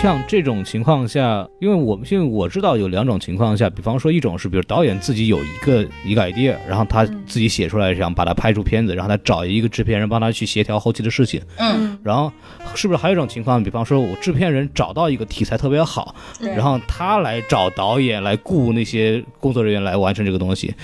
[SPEAKER 2] 像这种情况下，因为我们现在我知道有两种情况下，比方说一种是，比如导演自己有一个一个 idea，然后他自己写出来，想把它拍出片子，然后他找一个制片人帮他去协调后期的事情。
[SPEAKER 1] 嗯，
[SPEAKER 2] 然后是不是还有一种情况，比方说我制片人找到一个题材特别好，
[SPEAKER 1] 对
[SPEAKER 2] 然后他来找导演来雇那些工作人员来完成这个东西。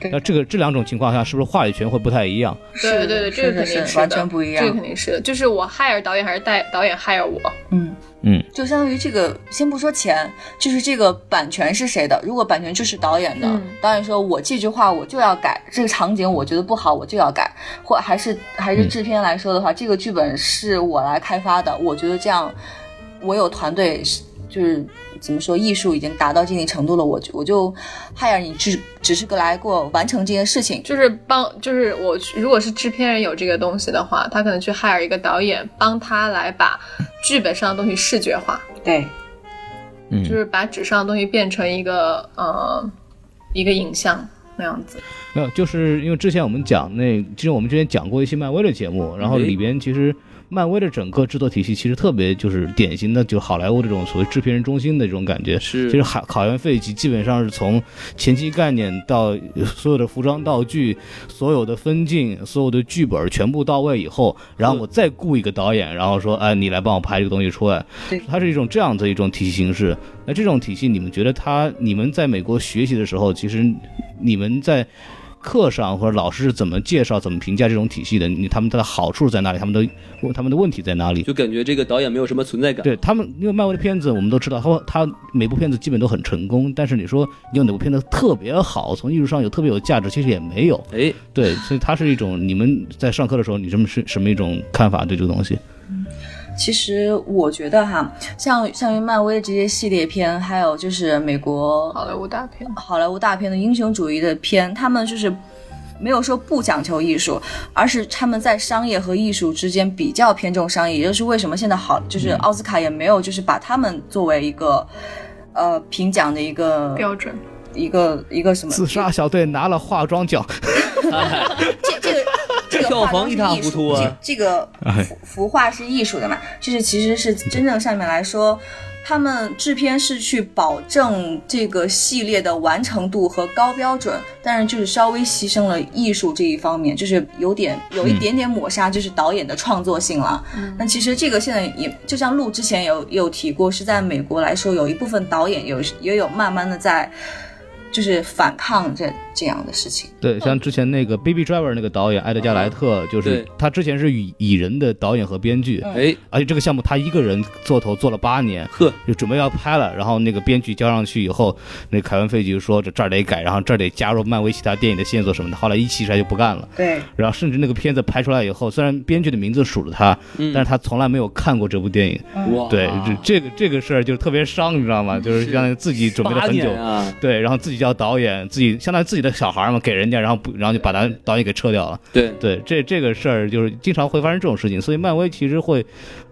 [SPEAKER 4] 对
[SPEAKER 2] 那这个这两种情况下，是不是话语权会不太一样？
[SPEAKER 4] 对
[SPEAKER 1] 是
[SPEAKER 4] 对对，
[SPEAKER 1] 是
[SPEAKER 4] 这个肯定
[SPEAKER 1] 是
[SPEAKER 4] 的，
[SPEAKER 1] 完全不一样
[SPEAKER 4] 这个肯定是的，就是我 hire 导演还是带导演 hire 我。
[SPEAKER 1] 嗯
[SPEAKER 2] 嗯，
[SPEAKER 1] 就相当于这个，先不说钱，就是这个版权是谁的。如果版权就是导演的，
[SPEAKER 4] 嗯
[SPEAKER 1] 导演说我这句话我就要改，这个场景我觉得不好我就要改，或还是还是制片来说的话，这个剧本是我来开发的，我觉得这样，我有团队是就是怎么说，艺术已经达到一定程度了，我就我就 hire 你只只是个来过完成这件事情，
[SPEAKER 4] 就是帮，就是我如果是制片人有这个东西的话，他可能去 hire 一个导演，帮他来把剧本上的东西视觉化，
[SPEAKER 1] 对，
[SPEAKER 2] 嗯
[SPEAKER 4] 就是把纸上的东西变成一个呃一个影像那样子。
[SPEAKER 2] 没有，就是因为之前我们讲那，其实我们之前讲过一期漫威的节目，然后里边其实漫威的整个制作体系其实特别就是典型的就好莱坞这种所谓制片人中心的这种感觉。
[SPEAKER 3] 是
[SPEAKER 2] 其实海考员费奇基本上是从前期概念到呃所有的服装道具、所有的分镜、所有的剧本全部到位以后，然后我再雇一个导演，然后说，哎，你来帮我拍这个东西出来。
[SPEAKER 1] 对
[SPEAKER 2] 它是一种这样的一种体系形式。那这种体系，你们觉得它，你们在美国学习的时候，其实你们在课上或者老师是怎么介绍、怎么评价这种体系的？你他们的好处在哪里？他们的他们的问题在哪里？
[SPEAKER 3] 就感觉这个导演没有什么存在感。
[SPEAKER 2] 对他们，因为漫威的片子我们都知道，他他每部片子基本都很成功，但是你说你有哪部片子特别好，从艺术上有特别有价值，其实也没有。
[SPEAKER 3] 哎，
[SPEAKER 2] 对，所以它是一种你们在上课的时候，你什么是什么一种看法对这个东西？
[SPEAKER 1] 其实我觉得哈，像像于漫威这些系列片，还有就是美国
[SPEAKER 4] 好莱坞大片，
[SPEAKER 1] 好莱坞大片的英雄主义的片，他们就是没有说不讲求艺术，而是他们在商业和艺术之间比较偏重商业，也就是为什么现在好就是奥斯卡也没有就是把他们作为一个呃评奖的一个
[SPEAKER 4] 标准。
[SPEAKER 1] 一个一个什么
[SPEAKER 2] 自杀小队拿了化妆奖，
[SPEAKER 1] 这这 个。这个
[SPEAKER 3] 票
[SPEAKER 1] 化妆
[SPEAKER 3] 房
[SPEAKER 1] 是
[SPEAKER 3] 一塌
[SPEAKER 1] 艺术
[SPEAKER 3] 糊涂啊
[SPEAKER 1] 这这个服服化是艺术的嘛，就是其实是真正上面来说，他们制片是去保证这个系列的完成度和高标准，但是就是稍微牺牲了艺术这一方面，就是有点有一点点抹杀，就是导演的创作性了。
[SPEAKER 3] 嗯
[SPEAKER 1] 那其实这个现在也就像陆之前有也有提过，是在美国来说，有一部分导演有也有慢慢的在就是反抗这这样的事情。
[SPEAKER 3] 嗯
[SPEAKER 2] 对，像之前那个《Baby Driver》那个导演埃德加·莱特，就是
[SPEAKER 3] 啊对
[SPEAKER 2] 他之前是蚁蚁人的导演和编剧，
[SPEAKER 3] 哎，
[SPEAKER 2] 而且这个项目他一个人做头做了八年，
[SPEAKER 3] 呵，
[SPEAKER 2] 就准备要拍了。然后那个编剧交上去以后，那凯文·费奇就说这这儿得改，然后这儿得加入漫威其他电影的线索什么的。后来一气之下就不干了。
[SPEAKER 1] 对，
[SPEAKER 2] 然后甚至那个片子拍出来以后，虽然编剧的名字数着他，但是他从来没有看过这部电影。
[SPEAKER 3] 嗯哇，嗯
[SPEAKER 2] 对，这这个这个事儿就特别伤，你知道吗？就是相当于自己准备了
[SPEAKER 3] 八
[SPEAKER 2] 很久
[SPEAKER 3] 年。啊，
[SPEAKER 2] 对，然后自己叫导演，自己相当于自己的小孩嘛，给人家，然后不，然后就把他导演给撤掉了。
[SPEAKER 3] 对，
[SPEAKER 2] 对，这这个事儿就是经常会发生这种事情，所以漫威其实会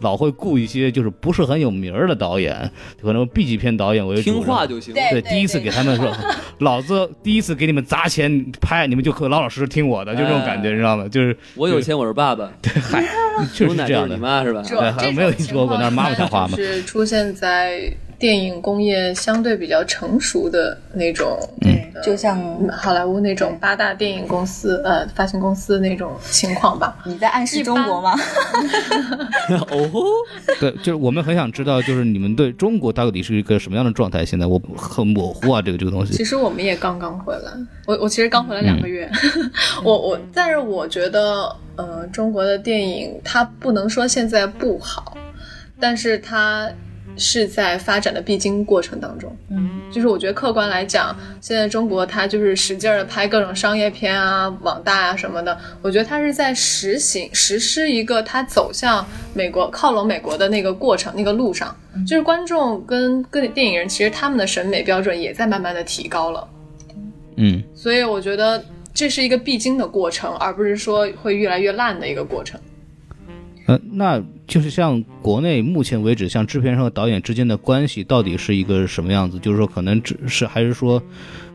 [SPEAKER 2] 老会雇一些就是不是很有名儿的导演，可能 B 级片导演为主。
[SPEAKER 3] 听话
[SPEAKER 2] 然后
[SPEAKER 3] 就行。
[SPEAKER 1] 对
[SPEAKER 2] 对，第一次给他们说，老子第一次给你们砸钱拍，你们就可老老实实听我的，就这种感觉，
[SPEAKER 3] 哎
[SPEAKER 2] 你知道吗？就是
[SPEAKER 3] 我有钱，我是爸爸，
[SPEAKER 2] 嗨，确
[SPEAKER 3] 有
[SPEAKER 2] 实是这
[SPEAKER 3] 奶就是
[SPEAKER 2] 样
[SPEAKER 3] 你
[SPEAKER 2] 的。
[SPEAKER 3] 妈是吧？
[SPEAKER 4] 这
[SPEAKER 2] 对还
[SPEAKER 4] 这
[SPEAKER 2] 没有
[SPEAKER 4] 种
[SPEAKER 2] 听
[SPEAKER 4] 情
[SPEAKER 2] 说过
[SPEAKER 4] 况
[SPEAKER 2] 那妈妈
[SPEAKER 4] 一
[SPEAKER 2] 讲话
[SPEAKER 4] 般
[SPEAKER 2] 嘛
[SPEAKER 4] 就是出现在电影工业相对比较成熟的那种，
[SPEAKER 1] 对，就像
[SPEAKER 4] 嗯好莱坞那种
[SPEAKER 1] 对
[SPEAKER 4] 八大电影公司呃发行公司那种情况吧。
[SPEAKER 1] 你在暗示
[SPEAKER 4] 一
[SPEAKER 1] 中
[SPEAKER 4] 般
[SPEAKER 1] 国吗？
[SPEAKER 3] 哦吼，
[SPEAKER 2] 对，就是我们很想知道，就是你们对中国到底是一个什么样的状态？现在我很模糊啊，这个这个东西
[SPEAKER 4] 其。实我们也刚刚回来，我我其实刚回来两个月，
[SPEAKER 2] 嗯
[SPEAKER 4] 我我，但是我觉得，呃，中国的电影它不能说现在不好，但是它是在发展的必经过程当中。
[SPEAKER 1] 嗯，
[SPEAKER 4] 就是我觉得客观来讲，现在中国它就是使劲的拍各种商业片啊、网大啊什么的，我觉得它是在实行实施一个它走向美国、靠拢美国的那个过程、那个路上。就是观众跟跟电影人，其实他们的审美标准也在慢慢的提高了，
[SPEAKER 2] 嗯，
[SPEAKER 4] 所以我觉得这是一个必经的过程，而不是说会越来越烂的一个过程。
[SPEAKER 2] 呃，那就是像国内目前为止，像制片商和导演之间的关系到底是一个什么样子？就是说，可能只是还是说，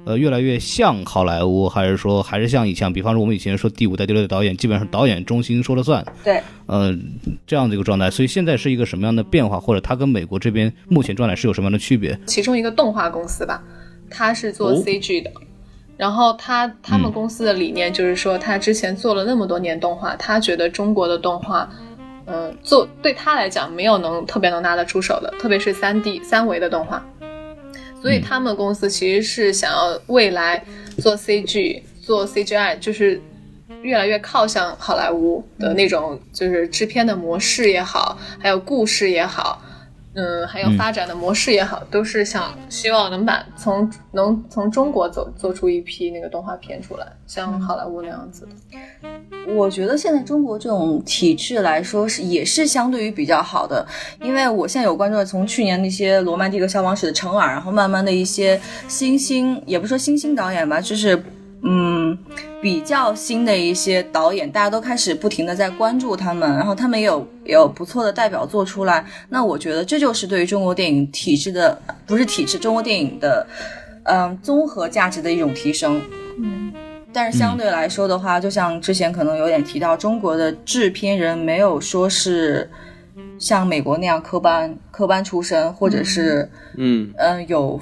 [SPEAKER 2] 呃，越来越像好莱坞，还是说还是像以前，比方说我们以前说第五代、第六代导演，基本上是导演中心说了算，
[SPEAKER 1] 对，
[SPEAKER 2] 呃，这样的一个状态。所以现在是一个什么样的变化，或者它跟美国这边目前状态是有什么样的区别？
[SPEAKER 4] 其中一个动画公司吧，它是做
[SPEAKER 3] 哦
[SPEAKER 4] CG 的。然后他他
[SPEAKER 2] 嗯
[SPEAKER 4] 们公司的理念就是说，他之前做了那么多年动画，他觉得中国的动画，呃，做对他来讲没有能特别能拿得出手的，特别是三 D 三维的动画。所以
[SPEAKER 2] 嗯
[SPEAKER 4] 他们公司其实是想要未来做 CG、做 CGI，就是越来越靠向好莱坞的那种，就是制片的模式也好，还有故事也好，嗯，还有
[SPEAKER 2] 嗯
[SPEAKER 4] 发展的模式也好，都是想希望能把从能从中国走做出一批那个动画片出来，像好莱坞那样子的。
[SPEAKER 1] 我觉得现在中国这种体制来说是也是相对于比较好的，因为我现在有关注的从去年那些《罗曼蒂克消亡史》的成耳，然后慢慢的一些新兴，也不是说新兴导演吧，就是嗯比较新的一些导演，大家都开始不停的在关注他们，然后他们也有也有不错的代表作出来。那我觉得这就是对于中国电影体制的，不是体制，中国电影的嗯综合价值的一种提升。但是
[SPEAKER 4] 嗯
[SPEAKER 1] 相对来说的话，就像之前可能有点提到，中国的制片人没有说是像美国那样科班科班出身，或者是
[SPEAKER 3] 嗯，
[SPEAKER 1] 嗯、呃有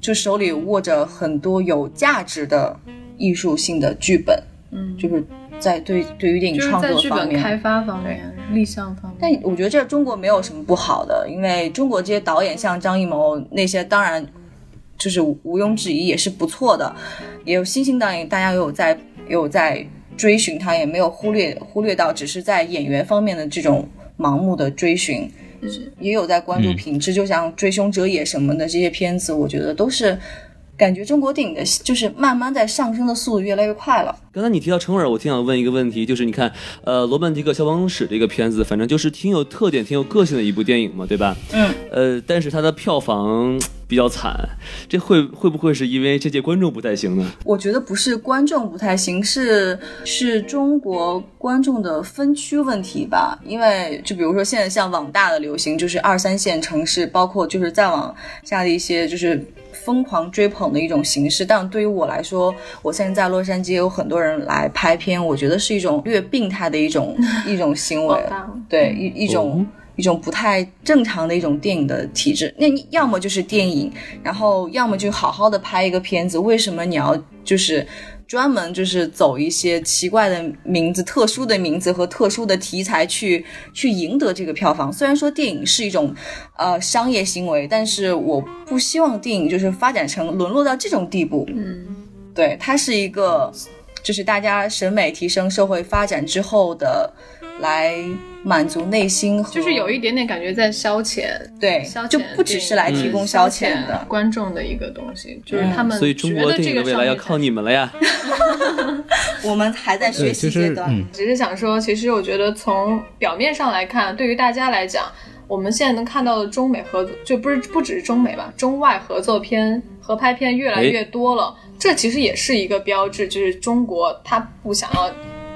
[SPEAKER 1] 就手里握着很多有价值的艺术性的剧本，
[SPEAKER 4] 嗯，
[SPEAKER 1] 就是在对对于电影
[SPEAKER 4] 就是
[SPEAKER 1] 创
[SPEAKER 4] 在
[SPEAKER 1] 作
[SPEAKER 4] 剧
[SPEAKER 1] 方
[SPEAKER 4] 本开
[SPEAKER 1] 面。
[SPEAKER 4] 发方面、立项方面。
[SPEAKER 1] 但我觉得这中国没有什么不好的，因为中国这些导演像张艺谋那些，当然就是毋庸置疑也是不错的，也有新兴导演，大家也有在也有在追寻他，也没有忽略忽略到只是在演员方面的这种盲目的追寻，也有在关注
[SPEAKER 2] 嗯
[SPEAKER 1] 品质，就像《追凶者也》什么的这些片子，我觉得都是感觉中国电影的就是慢慢在上升的速度越来越快了。
[SPEAKER 3] 刚才你提到成耳，我挺想问一个问题，就是你看，呃，《罗曼蒂克消亡史》这个片子，反正就是挺有特点、挺有个性的一部电影嘛，对吧？
[SPEAKER 1] 嗯。
[SPEAKER 3] 呃，但是它的票房比较惨，这会会不会是因为这届观众不太行呢？
[SPEAKER 1] 我觉得不是观众不太行，是是中国观众的分区问题吧。因为就比如说现在像网大的流行，就是二三线城市，包括就是再往下的一些就是疯狂追捧的一种形式。但对于我来说，我现在在洛杉矶有很多人来拍片，我觉得是一种略病态的一种一种行为。对一一种、一种不太正常的一种电影的体制。那你要么就是电影，然后要么就好好的拍一个片子，为什么你要就是？专门就是走一些奇怪的名字、特殊的名字和特殊的题材去去赢得这个票房。虽然说电影是一种呃商业行为，但是我不希望电影就是发展成沦落到这种地步。
[SPEAKER 4] 嗯，
[SPEAKER 1] 对，它是一个就是大家审美提升、社会发展之后的，来满足内心和
[SPEAKER 4] 就是有一点点感觉在消遣，
[SPEAKER 1] 对
[SPEAKER 4] 消，遣
[SPEAKER 1] 就不只是来提供消遣
[SPEAKER 4] 遣
[SPEAKER 1] 的。
[SPEAKER 4] 观众的一个东西，就是
[SPEAKER 1] 嗯
[SPEAKER 4] 他们
[SPEAKER 3] 所以中国
[SPEAKER 4] 觉得
[SPEAKER 3] 电
[SPEAKER 4] 这
[SPEAKER 3] 影的
[SPEAKER 4] 个
[SPEAKER 3] 未来要靠
[SPEAKER 4] 你。
[SPEAKER 3] 你们了呀！
[SPEAKER 1] 我们还在学
[SPEAKER 2] 对，
[SPEAKER 1] 习
[SPEAKER 2] 其
[SPEAKER 1] 阶
[SPEAKER 2] 实
[SPEAKER 1] 段，
[SPEAKER 2] 嗯，
[SPEAKER 4] 只是想说，其实我觉得从表面上来看，对于大家来讲，我们现在能看到的中美合作，就不是不只是中美吧，中外合作片、合拍片越来越多了。这其实也是一个标志，就是中国它不想要。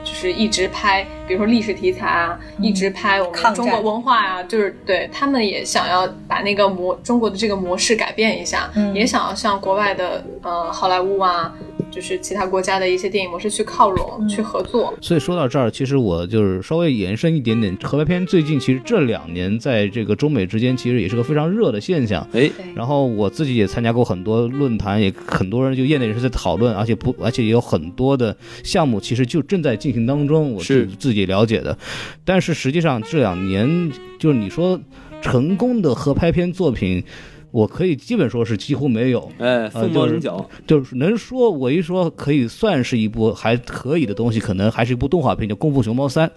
[SPEAKER 4] 就是一直拍，比如说历史题材啊，一直拍我
[SPEAKER 1] 嗯抗战
[SPEAKER 4] 们中国文化啊，就是对他们也想要把那个模中国的这个模式改变一下，
[SPEAKER 1] 嗯
[SPEAKER 4] 也想要向国外的呃好莱坞啊，就是其他国家的一些电影模式去靠拢、
[SPEAKER 1] 嗯
[SPEAKER 4] 去合作。
[SPEAKER 2] 所以说到这儿，其实我就是稍微延伸一点点，合拍片最近其实这两年在这个中美之间其实也是个非常热的现象。
[SPEAKER 3] 哎，
[SPEAKER 2] 然后我自己也参加过很多论坛，也很多人就业内人士在讨论，而且不，而且也有很多的项目其实就正在进行当中，我
[SPEAKER 3] 是
[SPEAKER 2] 自自己了解的。但是实际上这两年，就是你说成功的合拍片作品，我可以基本说是几乎没有。
[SPEAKER 3] 哎，凤毛麟角，
[SPEAKER 2] 就是能说我一说可以算是一部还可以的东西，可能还是一部动画片，叫《功夫熊猫三》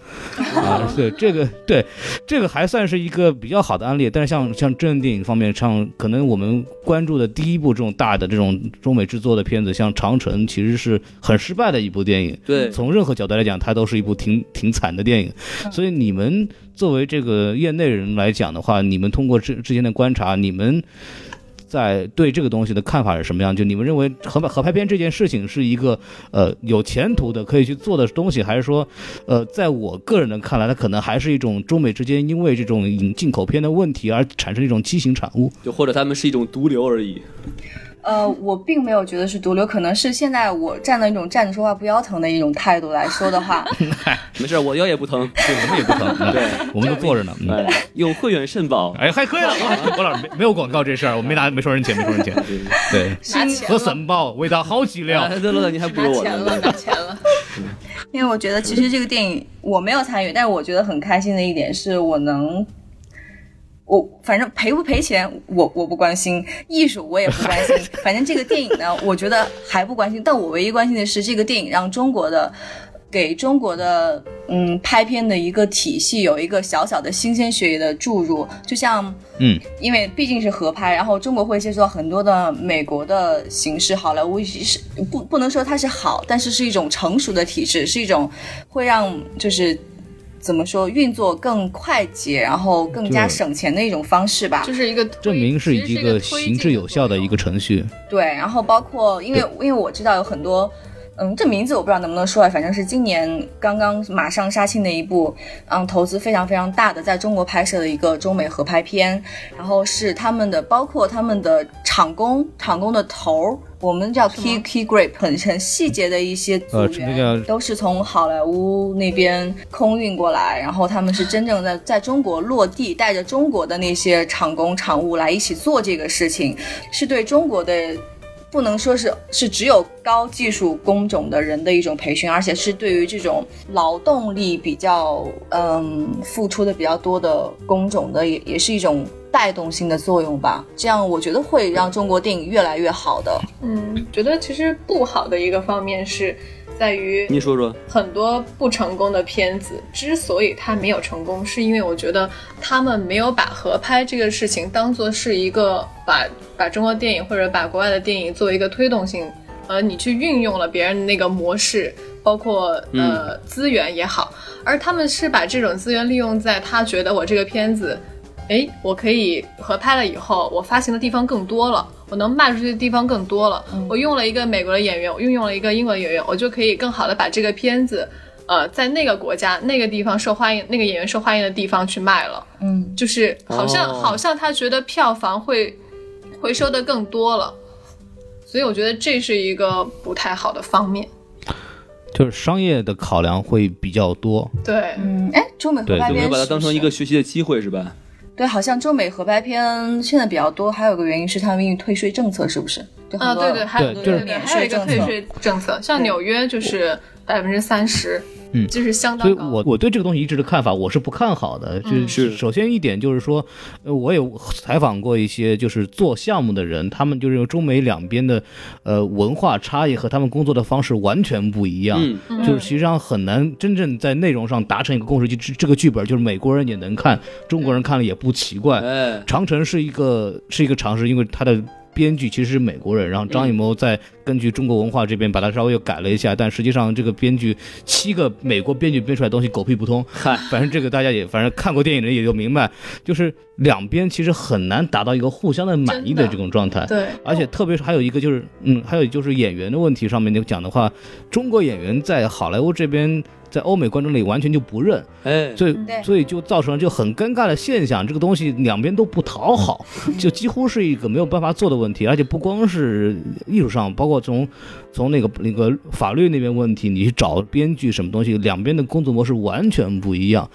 [SPEAKER 2] 啊，对这个对这个还算是一个比较好的案例。但是像像真人电影方面，像可能我们关注的第一部这种大的这种中美制作的片子，像《长城》，其实是很失败的一部电影。
[SPEAKER 3] 对，
[SPEAKER 2] 从任何角度来讲，它都是一部挺挺惨的电影。所以你们作为这个业内人来讲的话，你们通过之之前的观察，你们在对这个东西的看法是什么样？就你们认为合拍合拍片这件事情是一个呃有前途的可以去做的东西，还是说呃在我个人的看来，它可能还是一种中美之间因为这种引进口片的问题而产生一种畸形产物？
[SPEAKER 3] 就或者他们是一种毒瘤而已。
[SPEAKER 1] 呃，我并没有觉得是毒瘤，可能是现在我站的一种站着说话不腰疼的一种态度来说的话，
[SPEAKER 3] 没事，我腰也不疼。
[SPEAKER 2] 对，我们也不疼，
[SPEAKER 3] 对，
[SPEAKER 2] 嗯我们都坐着呢。嗯
[SPEAKER 3] 哎，有会员肾宝，
[SPEAKER 2] 哎，还可以了，我老师没没有广告这事儿，我没拿没收人钱，没收人钱。对，
[SPEAKER 4] 拿
[SPEAKER 1] 嗯
[SPEAKER 4] 钱
[SPEAKER 2] 和
[SPEAKER 4] 了，呃
[SPEAKER 2] 神报味道好极了。
[SPEAKER 3] 哎对了，你还不
[SPEAKER 4] 拿
[SPEAKER 3] 如我
[SPEAKER 4] 钱了，
[SPEAKER 3] 呢。
[SPEAKER 4] 拿钱了。
[SPEAKER 1] 因为我觉得其实这个电影我没有参与，但是我觉得很开心的一点是我能。我反正赔不赔钱，我我不关心，艺术我也不关心。 反正这个电影呢，我觉得还不关心。但我唯一关心的是，这个电影让中国的，给中国的嗯拍片的一个体系有一个小小的新鲜血液的注入。就像
[SPEAKER 2] 嗯，
[SPEAKER 1] 因为毕竟是合拍，然后中国会接触到很多的美国的形式，好莱坞是不不能说它是好，但是是一种成熟的体制，是一种会让就是怎么说运作更快捷，然后更加
[SPEAKER 2] 对
[SPEAKER 1] 省钱的一种方式吧。
[SPEAKER 4] 就是 一个推
[SPEAKER 2] 证明是
[SPEAKER 4] 其
[SPEAKER 2] 一
[SPEAKER 4] 实个
[SPEAKER 2] 个
[SPEAKER 4] 推
[SPEAKER 2] 行之
[SPEAKER 4] 进
[SPEAKER 2] 有效的一个
[SPEAKER 4] 作
[SPEAKER 2] 程序。
[SPEAKER 1] 对，然后包括因为因为我知道有很多，嗯，这名字我不知道能不能说来，啊反正是今年刚刚马上杀青的一部，嗯，投资非常非常大的在中国拍摄的一个中美合拍片，然后是他们的包括他们的场工场工的头儿。我们叫 key key grip，很很细节的一些组
[SPEAKER 2] 呃
[SPEAKER 1] 员、
[SPEAKER 2] 那叫
[SPEAKER 1] 都是从好莱坞那边空运过来，然后他们是真正在在中国落地，带着中国的那些厂工厂务来一起做这个事情，是对中国的。不能说是是只有高技术工种的人的一种培训，而且是对于这种劳动力比较嗯付出的比较多的工种的，也也是一种带动性的作用吧。这样我觉得会让中国电影越来越好的。
[SPEAKER 4] 用。嗯，觉得其实不好的一个方面是在于
[SPEAKER 3] 你说说，
[SPEAKER 4] 很多不成功的片子之所以它没有成功，是因为我觉得他们没有把合拍这个事情当做是一个把把中国电影或者把国外的电影作为一个推动性，呃，你去运用了别人的那个模式，包括
[SPEAKER 3] 嗯
[SPEAKER 4] 呃、资源也好，而他们是把这种资源利用在他觉得我这个片子。诶，哎我可以合拍了以后，我发行的地方更多了，我能卖出去的地方更多了。
[SPEAKER 1] 嗯
[SPEAKER 4] 我用了一个美国的演员，我运用了一个英国的演员，我就可以更好的把这个片子，呃，在那个国家、那个地方受欢迎、那个演员受欢迎的地方去卖了。
[SPEAKER 1] 嗯，
[SPEAKER 4] 就是好像、
[SPEAKER 3] 哦
[SPEAKER 4] 好像他觉得票房会回收的更多了，所以我觉得这是一个不太好的方面。
[SPEAKER 2] 就是商业的考量会比较多，
[SPEAKER 4] 对，
[SPEAKER 1] 嗯，哎，中美合
[SPEAKER 2] 对
[SPEAKER 1] 拍
[SPEAKER 2] 对
[SPEAKER 3] 没
[SPEAKER 1] 片
[SPEAKER 3] 有把它
[SPEAKER 1] 是
[SPEAKER 3] 当
[SPEAKER 1] 不
[SPEAKER 3] 成
[SPEAKER 1] 是
[SPEAKER 3] 一个学习的机会是吧？
[SPEAKER 1] 对，好像中美合拍片现在比较多，还有个原因是他们因为退税政策，是不是？就很
[SPEAKER 4] 啊，
[SPEAKER 1] 多
[SPEAKER 4] 对对，还有
[SPEAKER 2] 对
[SPEAKER 4] 对
[SPEAKER 2] 就是
[SPEAKER 4] 对，
[SPEAKER 1] 免
[SPEAKER 4] 还有
[SPEAKER 1] 税
[SPEAKER 4] 一个
[SPEAKER 1] 政策
[SPEAKER 4] 退税政策，像纽约就是百分之三十，
[SPEAKER 2] 嗯
[SPEAKER 4] 就是相
[SPEAKER 2] 所以
[SPEAKER 4] 当高。
[SPEAKER 2] 我我对这个东西一直的看法，我是不看好的。就是
[SPEAKER 4] 嗯
[SPEAKER 3] 是
[SPEAKER 2] 首先一点就是说，呃我也采访过一些就是做项目的人，他们就是中美两边的呃文化差异和他们工作的方式完全不一样。
[SPEAKER 3] 嗯，
[SPEAKER 4] 嗯
[SPEAKER 2] 就是实际上很难真正在内容上达成一个共识，就这这个剧本就是美国人也能看，中国人看了也不奇怪。
[SPEAKER 3] 哎，
[SPEAKER 2] 长城是一个是一个常识，因为它的编剧其实是美国人，然后张艺谋在根据中国文化这边把它稍微又改了一下，但实际上这个编剧七个美国编剧编出来的东西狗屁不通。
[SPEAKER 3] 嗨，
[SPEAKER 2] 反正这个大家也反正看过电影的人也就明白，就是两边其实很难达到一个互相的满意的
[SPEAKER 4] 真的
[SPEAKER 2] 这种状态。
[SPEAKER 4] 对，
[SPEAKER 2] 而且特别是还有一个就是，嗯，还有就是演员的问题上面就讲的话，中国演员在好莱坞这边，在欧美观众里完全就不认，
[SPEAKER 3] 哎，
[SPEAKER 2] 所以
[SPEAKER 1] 对
[SPEAKER 2] 所以就造成了就很尴尬的现象。这个东西两边都不讨好，就几乎是一个没有办法做的问题。而且不光是艺术上，包括从从那个那个法律那边问题，你去找编剧什么东西，两边的工作模式完全不一样。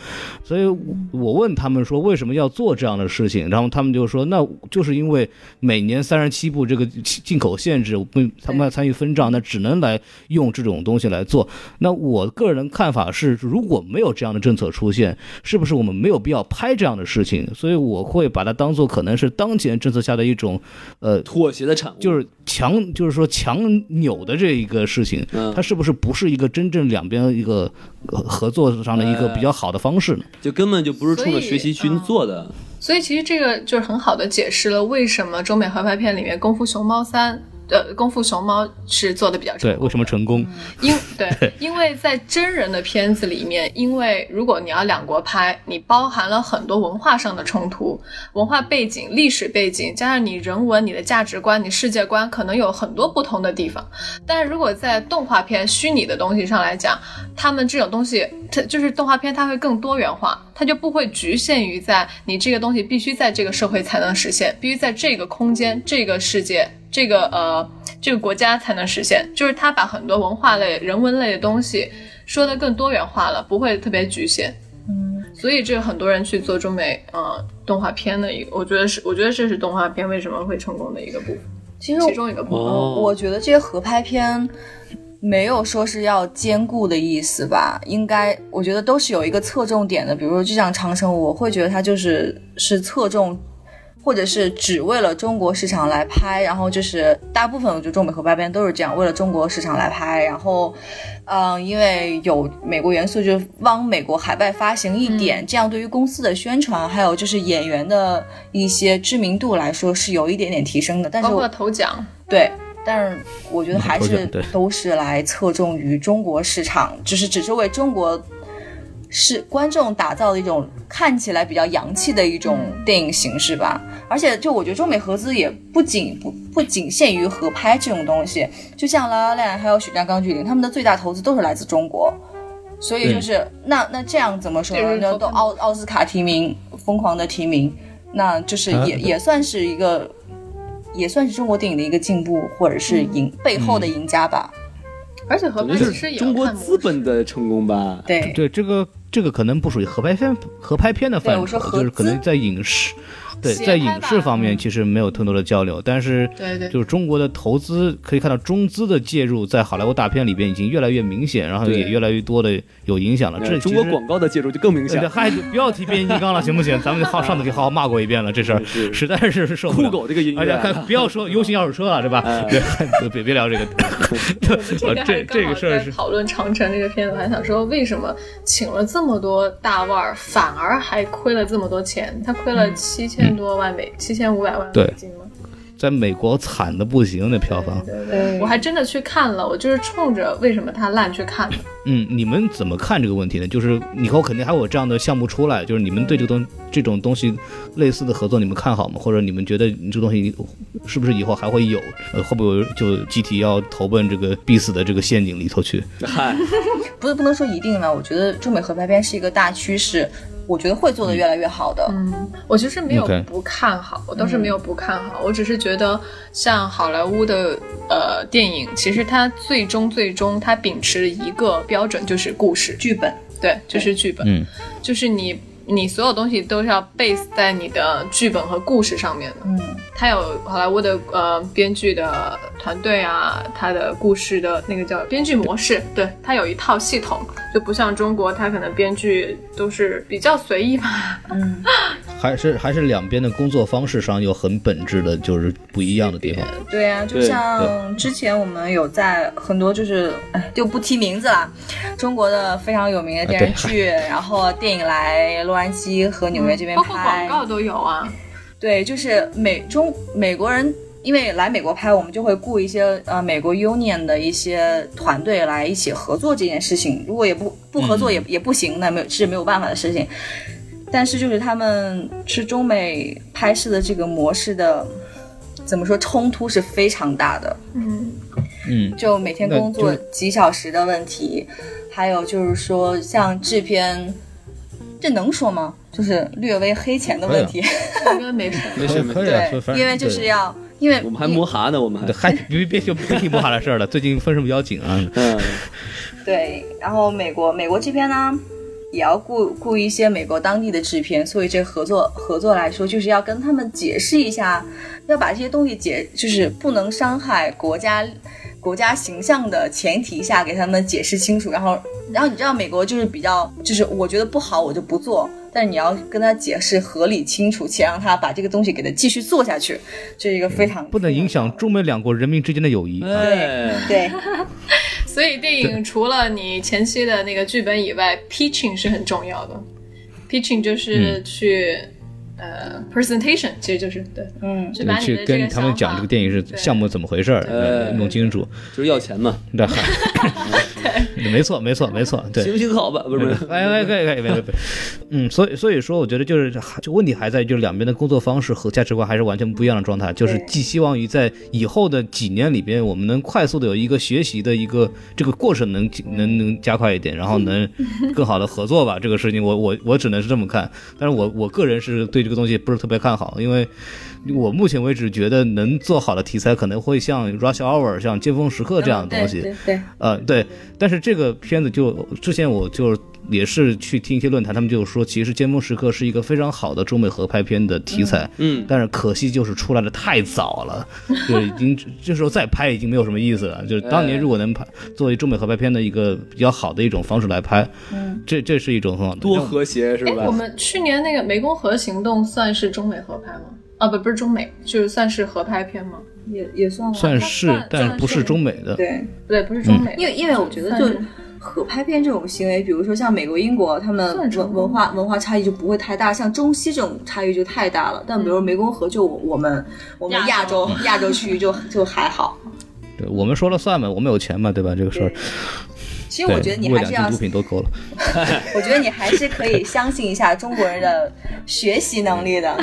[SPEAKER 2] 所以我我问他们说为什么要做这样的事情，然后他们就说那就是因为每年三十七部这个进口限制，不他们要参与分账，那只能来用这种东西来做。那我个人的看法是，如果没有这样的政策出现，是不是我们没有必要拍这样的事情？所以我会把它当做可能是当前政策下的一种，呃，
[SPEAKER 3] 妥协的产物
[SPEAKER 2] 就是强，就是说强扭的这一个事情，
[SPEAKER 3] 嗯
[SPEAKER 2] 它是不是不是一个真正两边一个呃合作上的一个
[SPEAKER 3] 哎
[SPEAKER 2] 比较好的方式呢？
[SPEAKER 3] 就根本就不是冲着
[SPEAKER 4] 所以
[SPEAKER 3] 学习去
[SPEAKER 4] 嗯
[SPEAKER 3] 做的，
[SPEAKER 4] 所以其实这个就是很好的解释了为什么中美合拍片里面《功夫熊猫三》呃，《功夫熊猫》是做的比较成
[SPEAKER 2] 对，
[SPEAKER 4] 功的
[SPEAKER 2] 为什么成功？
[SPEAKER 1] 嗯
[SPEAKER 4] 因对，因为在真人的片子里面，因为如果你要两国拍，你包含了很多文化上的冲突、文化背景、历史背景，加上你人文、你的价值观、你世界观，可能有很多不同的地方。但如果在动画片虚拟的东西上来讲，他们这种东西，它就是动画片，它会更多元化，它就不会局限于在你这个东西必须在这个社会才能实现，必须在这个空间、这个世界、这个呃这个国家才能实现。就是它把很多文化类、人文类的东西说的更多元化了，不会特别局限。
[SPEAKER 1] 嗯，
[SPEAKER 4] 所以这很多人去做中美呃动画片的一个，我觉得是，我觉得这是动画片为什么会成功的一个部分，
[SPEAKER 1] 其实
[SPEAKER 4] 其中一个部分。
[SPEAKER 3] 哦
[SPEAKER 1] 嗯我觉得这些合拍片没有说是要兼顾的意思吧，应该我觉得都是有一个侧重点的。比如说，就像长城，我会觉得它就是是侧重。或者是只为了中国市场来拍，然后就是大部分我觉得中美合拍片都是这样，为了中国市场来拍，然后，嗯，因为有美国元素，就往美国海外发行一
[SPEAKER 4] 嗯
[SPEAKER 1] 点，这样对于公司的宣传，还有就是演员的一些知名度来说是有一点点提升的。但是
[SPEAKER 4] 包
[SPEAKER 1] 我
[SPEAKER 4] 括头奖，
[SPEAKER 1] 对，但是我觉得还
[SPEAKER 2] 抽
[SPEAKER 1] 是
[SPEAKER 2] 奖对
[SPEAKER 1] 都是来侧重于中国市场，就是只是为中国是观众打造的一种看起来比较洋气的一种电影形式吧。而且，就我觉得中美合资也不仅不不仅限于合拍这种东西，就像《拉拉链》还有《血战钢锯岭》，他们的最大投资都是来自中国。所以就是那那这样怎么说
[SPEAKER 4] 就是
[SPEAKER 1] 呢？那
[SPEAKER 4] 说
[SPEAKER 1] 都奥奥斯卡提名，疯狂的提名，那就是也、也算是一个，也算是中国电影的一个进步，或者是
[SPEAKER 4] 嗯
[SPEAKER 1] 赢、背后的赢家吧。
[SPEAKER 4] 而且合
[SPEAKER 3] 我
[SPEAKER 4] 拍
[SPEAKER 3] 觉
[SPEAKER 4] 其
[SPEAKER 3] 得
[SPEAKER 4] 实
[SPEAKER 3] 是
[SPEAKER 4] 也
[SPEAKER 3] 中国
[SPEAKER 4] 要看模
[SPEAKER 3] 资本
[SPEAKER 4] 式
[SPEAKER 3] 的成功吧，
[SPEAKER 1] 对，
[SPEAKER 2] 对，这个这个可能不属于合拍片合拍片的
[SPEAKER 1] 对
[SPEAKER 2] 范
[SPEAKER 1] 我
[SPEAKER 2] 畴
[SPEAKER 1] 说，合
[SPEAKER 2] 就是可能
[SPEAKER 1] 资
[SPEAKER 2] 在影视对
[SPEAKER 4] 协
[SPEAKER 2] 在
[SPEAKER 4] 拍
[SPEAKER 2] 影视
[SPEAKER 4] 吧
[SPEAKER 2] 方
[SPEAKER 1] 嗯
[SPEAKER 2] 面其实没有太多的交流，但是
[SPEAKER 4] 对对
[SPEAKER 2] 就是中国的投资可以看到中资的介入在好莱坞大片里边已经越来越明显，然后
[SPEAKER 3] 对
[SPEAKER 2] 也越来越多的有影响了。这
[SPEAKER 3] 中
[SPEAKER 2] 其
[SPEAKER 3] 国
[SPEAKER 2] 实哎
[SPEAKER 3] 广告的介入就更明显
[SPEAKER 2] 对，
[SPEAKER 3] 了。
[SPEAKER 2] 嗨，不要提变形金刚了，行不行？咱们上上次给好好骂过一遍了，这事儿
[SPEAKER 3] 是是
[SPEAKER 2] 实在是受不
[SPEAKER 3] 酷
[SPEAKER 2] 了。
[SPEAKER 3] 狗这个音
[SPEAKER 2] 而且 还
[SPEAKER 3] 乐，啊
[SPEAKER 2] 不要说 U 型二手车 了，对吧
[SPEAKER 3] 哎？
[SPEAKER 2] 别别别聊 这个，
[SPEAKER 4] 这个
[SPEAKER 2] 呃这
[SPEAKER 4] 还
[SPEAKER 2] 这
[SPEAKER 4] 刚
[SPEAKER 2] 个
[SPEAKER 4] 好
[SPEAKER 2] 事儿
[SPEAKER 4] 在
[SPEAKER 2] 是
[SPEAKER 4] 讨论《长城》这个片子，还想说为什么请了这么多大腕儿，反而还亏了这么多钱？他亏了七千多万美，七千五百万美金吗？
[SPEAKER 2] 在美国惨的不行，那票房。
[SPEAKER 4] 对
[SPEAKER 1] 对
[SPEAKER 4] 我还真的去看了，我就是冲着为什么他烂去看的。
[SPEAKER 2] 嗯，你们怎么看这个问题呢？就是以后肯定还有这样的项目出来，就是你们对这个东这种东西类似的合作，你们看好吗？或者你们觉得你这个东西是不是以后还会有？呃，会不会就集体要投奔这个必死的这个陷阱里头去？
[SPEAKER 3] 嗨，
[SPEAKER 1] 不是不能说一定了，我觉得中美合拍片是一个大趋势，我觉得会做的越来越好的。
[SPEAKER 4] 嗯，我其实没有
[SPEAKER 2] OK
[SPEAKER 4] 不看好，我倒是没有不看好，我只是觉得像好莱坞的呃电影，其实它最终最终它秉持一个标准，就是故事。
[SPEAKER 1] 剧本，
[SPEAKER 4] 对，就是剧本，
[SPEAKER 2] 嗯，
[SPEAKER 4] 就是你你所有东西都是要 base 在你的剧本和故事上面的。
[SPEAKER 1] 嗯，
[SPEAKER 4] 它有好莱坞的呃编剧的团队啊，它的故事的那个叫编剧模式，对，它有一套系统，就不像中国，它可能编剧都是比较随意吧。
[SPEAKER 1] 嗯，
[SPEAKER 2] 还是还是两边的工作方式上有很本质的，就是不一样的地方。
[SPEAKER 1] 对啊，就
[SPEAKER 3] 对
[SPEAKER 1] 像之前我们有在很多就是，哎，就不提名字了，中国的非常有名
[SPEAKER 3] 啊
[SPEAKER 1] 的电视 剧，然后电影来洛杉矶和纽约这边
[SPEAKER 4] 嗯包括
[SPEAKER 1] 拍
[SPEAKER 4] 广，告都有啊，
[SPEAKER 1] 对，就是美中美国人。因为来美国拍，我们就会雇一些呃美国 union 的一些团队来一起合作这件事情。如果也不不合
[SPEAKER 3] 嗯
[SPEAKER 1] 作也、也不行，那没有是没有办法的事情。但是就是他们是中美拍摄的这个模式的，怎么说冲突是非常大的。
[SPEAKER 4] 嗯，
[SPEAKER 2] 嗯，
[SPEAKER 1] 就每天工作
[SPEAKER 2] 那
[SPEAKER 1] 几小时的问题，还有就是说像制片，这能说吗？就是略微黑钱的问题，
[SPEAKER 4] 应该没什么。
[SPEAKER 3] 没事没
[SPEAKER 2] 可以
[SPEAKER 3] 事，
[SPEAKER 2] 啊反正
[SPEAKER 1] 因为就是
[SPEAKER 2] 啊对
[SPEAKER 1] 要，因为
[SPEAKER 3] 我们还磨哈呢，我们还
[SPEAKER 2] 对还别别就别提不好的事儿了，最近分什么妖精啊？
[SPEAKER 3] 嗯，
[SPEAKER 1] 对，然后美国美国这边呢，也要雇雇一些美国当地的制片，所以这合作合作来说，就是要跟他们解释一下，要把这些东西解，就是不能伤害国家国家形象的前提下，给他们解释清楚。然后，然后你知道美国就是比较，就是我觉得不好我就不做，但是你要跟他解释合理清楚，且让他把这个东西给他继续做下去，这是一个非常
[SPEAKER 2] 不能影响中美两国人民之间的友谊。啊
[SPEAKER 4] 呃
[SPEAKER 3] 哎，
[SPEAKER 1] 对。
[SPEAKER 4] 所以电影除了你前期的那个剧本以外，pitching 是很重要的。pitching
[SPEAKER 2] 嗯
[SPEAKER 4] 就是去、呃 presentation，其实就是对，
[SPEAKER 1] 嗯，
[SPEAKER 4] 就把你
[SPEAKER 2] 去
[SPEAKER 4] 的这
[SPEAKER 2] 跟
[SPEAKER 4] 个
[SPEAKER 2] 他
[SPEAKER 4] 想
[SPEAKER 2] 们
[SPEAKER 4] 法。呃
[SPEAKER 2] 讲这个电影是
[SPEAKER 4] 对
[SPEAKER 2] 项目怎么回事儿，
[SPEAKER 3] 哎
[SPEAKER 2] 弄清楚。
[SPEAKER 3] 就是要钱嘛，
[SPEAKER 2] 那还，没错，没错，没错，对
[SPEAKER 3] 行。不行好吧？不是不是，
[SPEAKER 2] 哎哎，可以可以，别别别，嗯，所以所以说，我觉得就是就问题还在于，就是两边的工作方式和价值观还是完全不一样的状态。就是
[SPEAKER 1] 对
[SPEAKER 2] 寄希望于在以后的几年里边，我们能快速的有一个学习的一个这个过程能能能加快一点，然后 能更好的合作吧。这个事情我我我只能是这么看，但是我我个人是对这个东西不是特别看好，因为。我目前为止觉得能做好的题材可能会像《Rush Hour》、像《尖峰时刻》这样的东西，
[SPEAKER 1] 哦对对对
[SPEAKER 2] 呃，对，但是这个片子就之前我就也是去听一些论坛，他们就说，其实《尖峰时刻》是一个非常好的中美合拍片的题材，
[SPEAKER 3] 嗯，
[SPEAKER 2] 但是可惜就是出来的太早了，就是已经这时候再拍已经没有什么意思了。就是当年
[SPEAKER 1] 哎
[SPEAKER 2] 如果能拍作为中美合拍片的一个比较好的一种方式来拍，
[SPEAKER 1] 嗯
[SPEAKER 2] 这这是一种很好的
[SPEAKER 3] 多和谐是
[SPEAKER 4] 哎，
[SPEAKER 3] 吧
[SPEAKER 4] 我？们去年那个《湄公河行动》算是中美合拍吗？啊，不，不是中美，就是算是合拍片吗？
[SPEAKER 1] 也也算吧
[SPEAKER 2] 算是
[SPEAKER 4] 算，
[SPEAKER 2] 但是不是
[SPEAKER 4] 算
[SPEAKER 2] 中美的。
[SPEAKER 1] 对。
[SPEAKER 4] 对，不是
[SPEAKER 2] 嗯
[SPEAKER 4] 中美，
[SPEAKER 1] 因为因为我觉得就
[SPEAKER 4] 算是
[SPEAKER 1] 合拍片这种行为，比如说像美国、英国，他们
[SPEAKER 4] 算是
[SPEAKER 1] 文文化文化差异就不会太大，像中西这种差异就太大了。但比如湄公河，就我我们我们亚
[SPEAKER 4] 嗯亚
[SPEAKER 1] 洲
[SPEAKER 4] 洲
[SPEAKER 1] 亚洲区就就还好。
[SPEAKER 2] 对我们说了算嘛，我们有钱嘛，对吧？这个事儿，
[SPEAKER 1] 其实
[SPEAKER 2] 对，
[SPEAKER 1] 我觉得你
[SPEAKER 2] 为
[SPEAKER 1] 还是
[SPEAKER 2] 两
[SPEAKER 1] 要
[SPEAKER 2] 剂毒，品都够了。
[SPEAKER 1] 我觉得你还是可以相信一下中国人的学习能力 的，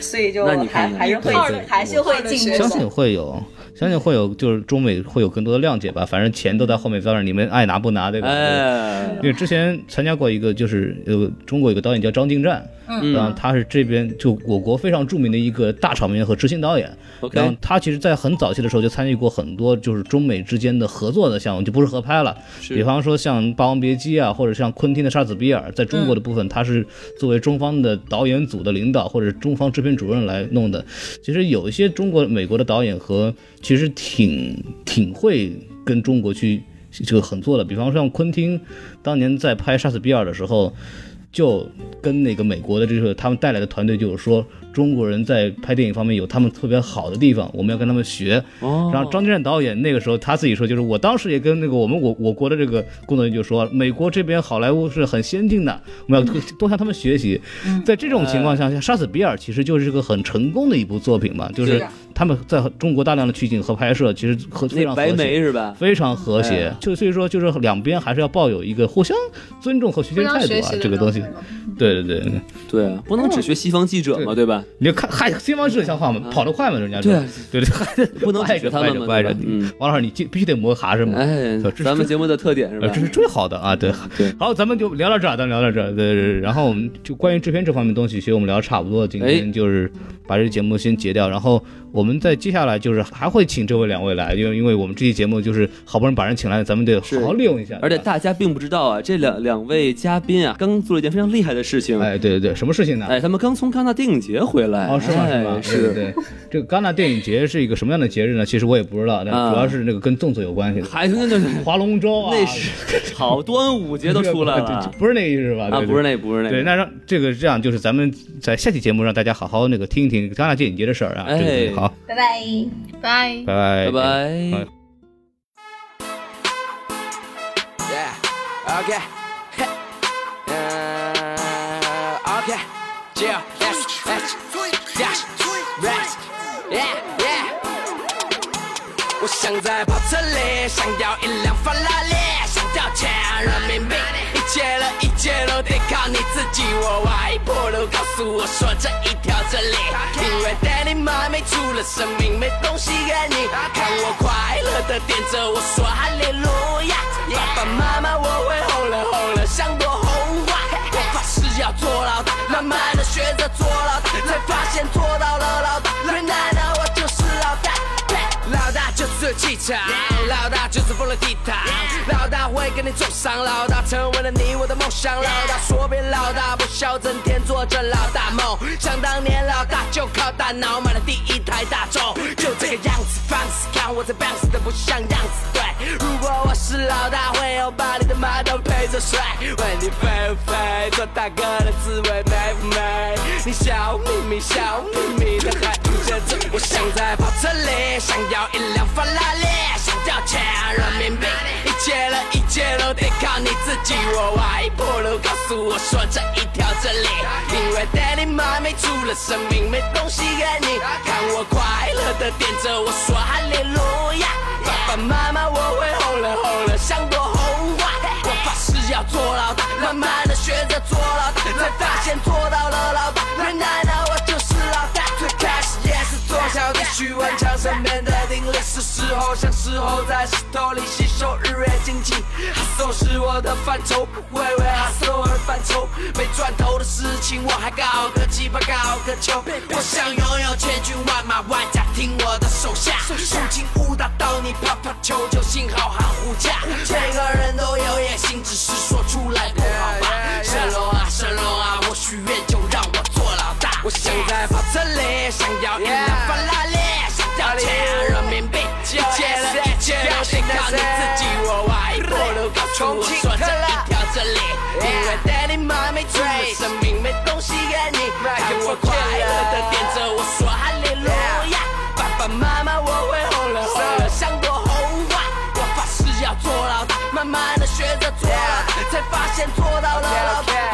[SPEAKER 1] 所以就
[SPEAKER 3] 那你
[SPEAKER 1] 还
[SPEAKER 3] 看看
[SPEAKER 1] 还是会
[SPEAKER 3] 对对
[SPEAKER 1] 还是会进步
[SPEAKER 2] 相
[SPEAKER 1] 的。
[SPEAKER 2] 信会有，相信会有，就是中美会有更多的谅解吧。反正钱都在后面，当然你们爱拿不拿，对吧？
[SPEAKER 3] 哎
[SPEAKER 2] 因，为之前参加过一个，就是有中国有个导演叫张静战，
[SPEAKER 3] 嗯
[SPEAKER 2] 然后他是这边就我国非常著名的一个大场面和执行导演。
[SPEAKER 3] OK
[SPEAKER 2] 然后他其实，在很早期的时候就参与过很多就是中美之间的合作的项目，就不是合拍了。
[SPEAKER 3] 是
[SPEAKER 2] 比方说像《霸王别姬》啊，或者像昆汀的《杀死比尔》，在中国的
[SPEAKER 3] 嗯
[SPEAKER 2] 部分，他是作为中方的导演组的领导或者中方制片主任来弄的。其实有一些中国、美国的导演和其实挺挺会跟中国去这个合作的。比方说像昆汀当年在拍《杀死比尔》的时候，就跟那个美国的这个他们带来的团队就是说，中国人在拍电影方面有他们特别好的地方，我们要跟他们学。
[SPEAKER 3] 哦
[SPEAKER 2] 然后张金善导演那个时候他自己说，就是我当时也跟那个我们我我国的这个工作人员就说，美国这边好莱坞是很先进的，我们要多多向他们学习。
[SPEAKER 3] 嗯
[SPEAKER 2] 在这种情况下，像《杀死比尔》其实就是个很成功的一部作品嘛，就是
[SPEAKER 1] 是
[SPEAKER 3] 啊
[SPEAKER 1] 的
[SPEAKER 2] 他们在中国大量的取景和拍摄，其实和非
[SPEAKER 3] 那
[SPEAKER 2] 常
[SPEAKER 3] 白
[SPEAKER 2] 和
[SPEAKER 3] 眉
[SPEAKER 2] 谐。
[SPEAKER 3] 是吧？
[SPEAKER 2] 非常和谐
[SPEAKER 3] 哎，
[SPEAKER 2] 就所以说就是两边还是要抱有一个互相尊重和学习
[SPEAKER 4] 不
[SPEAKER 2] 的
[SPEAKER 4] 要
[SPEAKER 2] 态
[SPEAKER 4] 学
[SPEAKER 2] 度啊
[SPEAKER 4] 习，的
[SPEAKER 2] 这个东西
[SPEAKER 4] 状态，嘛
[SPEAKER 2] 对对对，
[SPEAKER 3] 对啊，不能只学西方记者嘛，对吧？
[SPEAKER 2] 你就看，嗨，西方式的想法嘛，跑得快嘛，人家说
[SPEAKER 3] 嗯对啊
[SPEAKER 2] 对对，还
[SPEAKER 3] 不能
[SPEAKER 2] 爱着
[SPEAKER 3] 只学他 们嘛，
[SPEAKER 2] 不爱着
[SPEAKER 3] 对吧
[SPEAKER 2] 不爱着
[SPEAKER 3] 嗯，
[SPEAKER 2] 王老师，你记必须得磨哈是吗？
[SPEAKER 3] 哎
[SPEAKER 2] 嗯这是，
[SPEAKER 3] 咱们节目的特点是
[SPEAKER 2] 呃，
[SPEAKER 3] 吧
[SPEAKER 2] 这？是最好的啊，对
[SPEAKER 3] 对
[SPEAKER 2] 好，咱们就聊到这儿，咱们聊到这儿，对对对。然后我们就关于制片这方面的东西，其实我们聊得差不多了。今
[SPEAKER 3] 哎
[SPEAKER 2] 天就是把这节目先截掉。然后我们在接下来就是还会请这位两位来，因为因为我们这期节目就是好不容易把人请来，咱们得好好利用一下。
[SPEAKER 3] 而且
[SPEAKER 2] 对吧
[SPEAKER 3] 大家并不知道啊，这两两位嘉宾啊，刚做了一件非常厉害的事情。
[SPEAKER 2] 哎，对对对，什么事情呢？
[SPEAKER 3] 哎，他们刚从戛纳电影节回来。
[SPEAKER 2] 哦，是吗？
[SPEAKER 3] 哎
[SPEAKER 2] 是吗？
[SPEAKER 3] 是
[SPEAKER 2] 对对 对，这个戛纳电影节是一个什么样的节日呢？其实我也不知道，但
[SPEAKER 3] 啊
[SPEAKER 2] 主要是那个跟粽子有关系的，
[SPEAKER 3] 还对 对对，
[SPEAKER 2] 划龙舟啊，
[SPEAKER 3] 那 是好，端午节都出来
[SPEAKER 2] 对对
[SPEAKER 3] 了
[SPEAKER 2] 不是那意思吧？
[SPEAKER 3] 啊，
[SPEAKER 2] 对对
[SPEAKER 3] 不是那，不是那，
[SPEAKER 2] 对，那让这个是这样，就是咱们在下期节目让大家好好那个听一听戛纳电影节的事儿啊。
[SPEAKER 3] 哎
[SPEAKER 2] 这个东西好，
[SPEAKER 1] 拜拜。
[SPEAKER 4] 拜。
[SPEAKER 2] 拜拜，
[SPEAKER 3] 拜拜。
[SPEAKER 2] 嗯
[SPEAKER 5] Yeah. Okay. uh, okay. Yeah. That's, that's, that's, that's. Yeah. Yeah. 我想在跑车里，想要一辆法拉利，想要钱人民币，一切的一切都得靠你自己。我外婆都告诉我说这一条真理，因为 Daddy 妈咪出了生命，没东西给你。看我快乐的点着，我说哈利路亚。爸爸妈妈，我会吼了吼了，像朵红花。我发誓要做老大，慢慢的学着做老大，才发现做到了老大，原来呢我就是老大。老大就是有气场，老大就是疯了地毯，老大会跟你走上，老大成为了你我的梦想，老大说别老大不笑，整天做着老大梦。想当年老大就靠大脑买了第一台大众，就这个样子方式，看我这 bounce 的不像样子。对，如果我是老大，会有把你的马桶陪着睡，为你飞飞，做大哥的滋味美不美？你笑眯眯，笑眯眯的还不着这，我想在跑车里，想要一辆法拉利，想要钱人民币，一切了一切都得靠你自己。我外婆都告诉我说这一条真理，因为 daddy 妈咪出了生命，没东西给你。看我快乐的点着，我说哈利路亚。爸爸妈妈，我会吼了吼了，像朵红花。我发誓要做老大，慢慢的学着做老大，才发现做到了老大，原来呢我就是老大。最开始也是做小弟，徐文强身边的定力是时候像石猴在石头里吸收日月精气。哈搜是我的范畴，不会为哈搜而犯愁。没赚头的事情我还搞个鸡巴搞个球，我想拥有千军万马，万家听我的手下，肃静武打到你啪啪球，就信号喊呼价。每个人都有野心，只是说出来不好吧？神龙啊神龙啊，我许愿就让我做老大。我想在跑车里，想要一辆法拉利，想要钱人民币，一切了一切都得靠你自己。我外婆都告诉我说这一条真理，因为 daddy 妈咪出了生命，没东西给你。看我快乐的点着，我说哈利路亚。爸爸妈妈，我会吼了吼了，像朵红花。我发誓要做老大，慢慢的学着做老大，才发现做到了老大。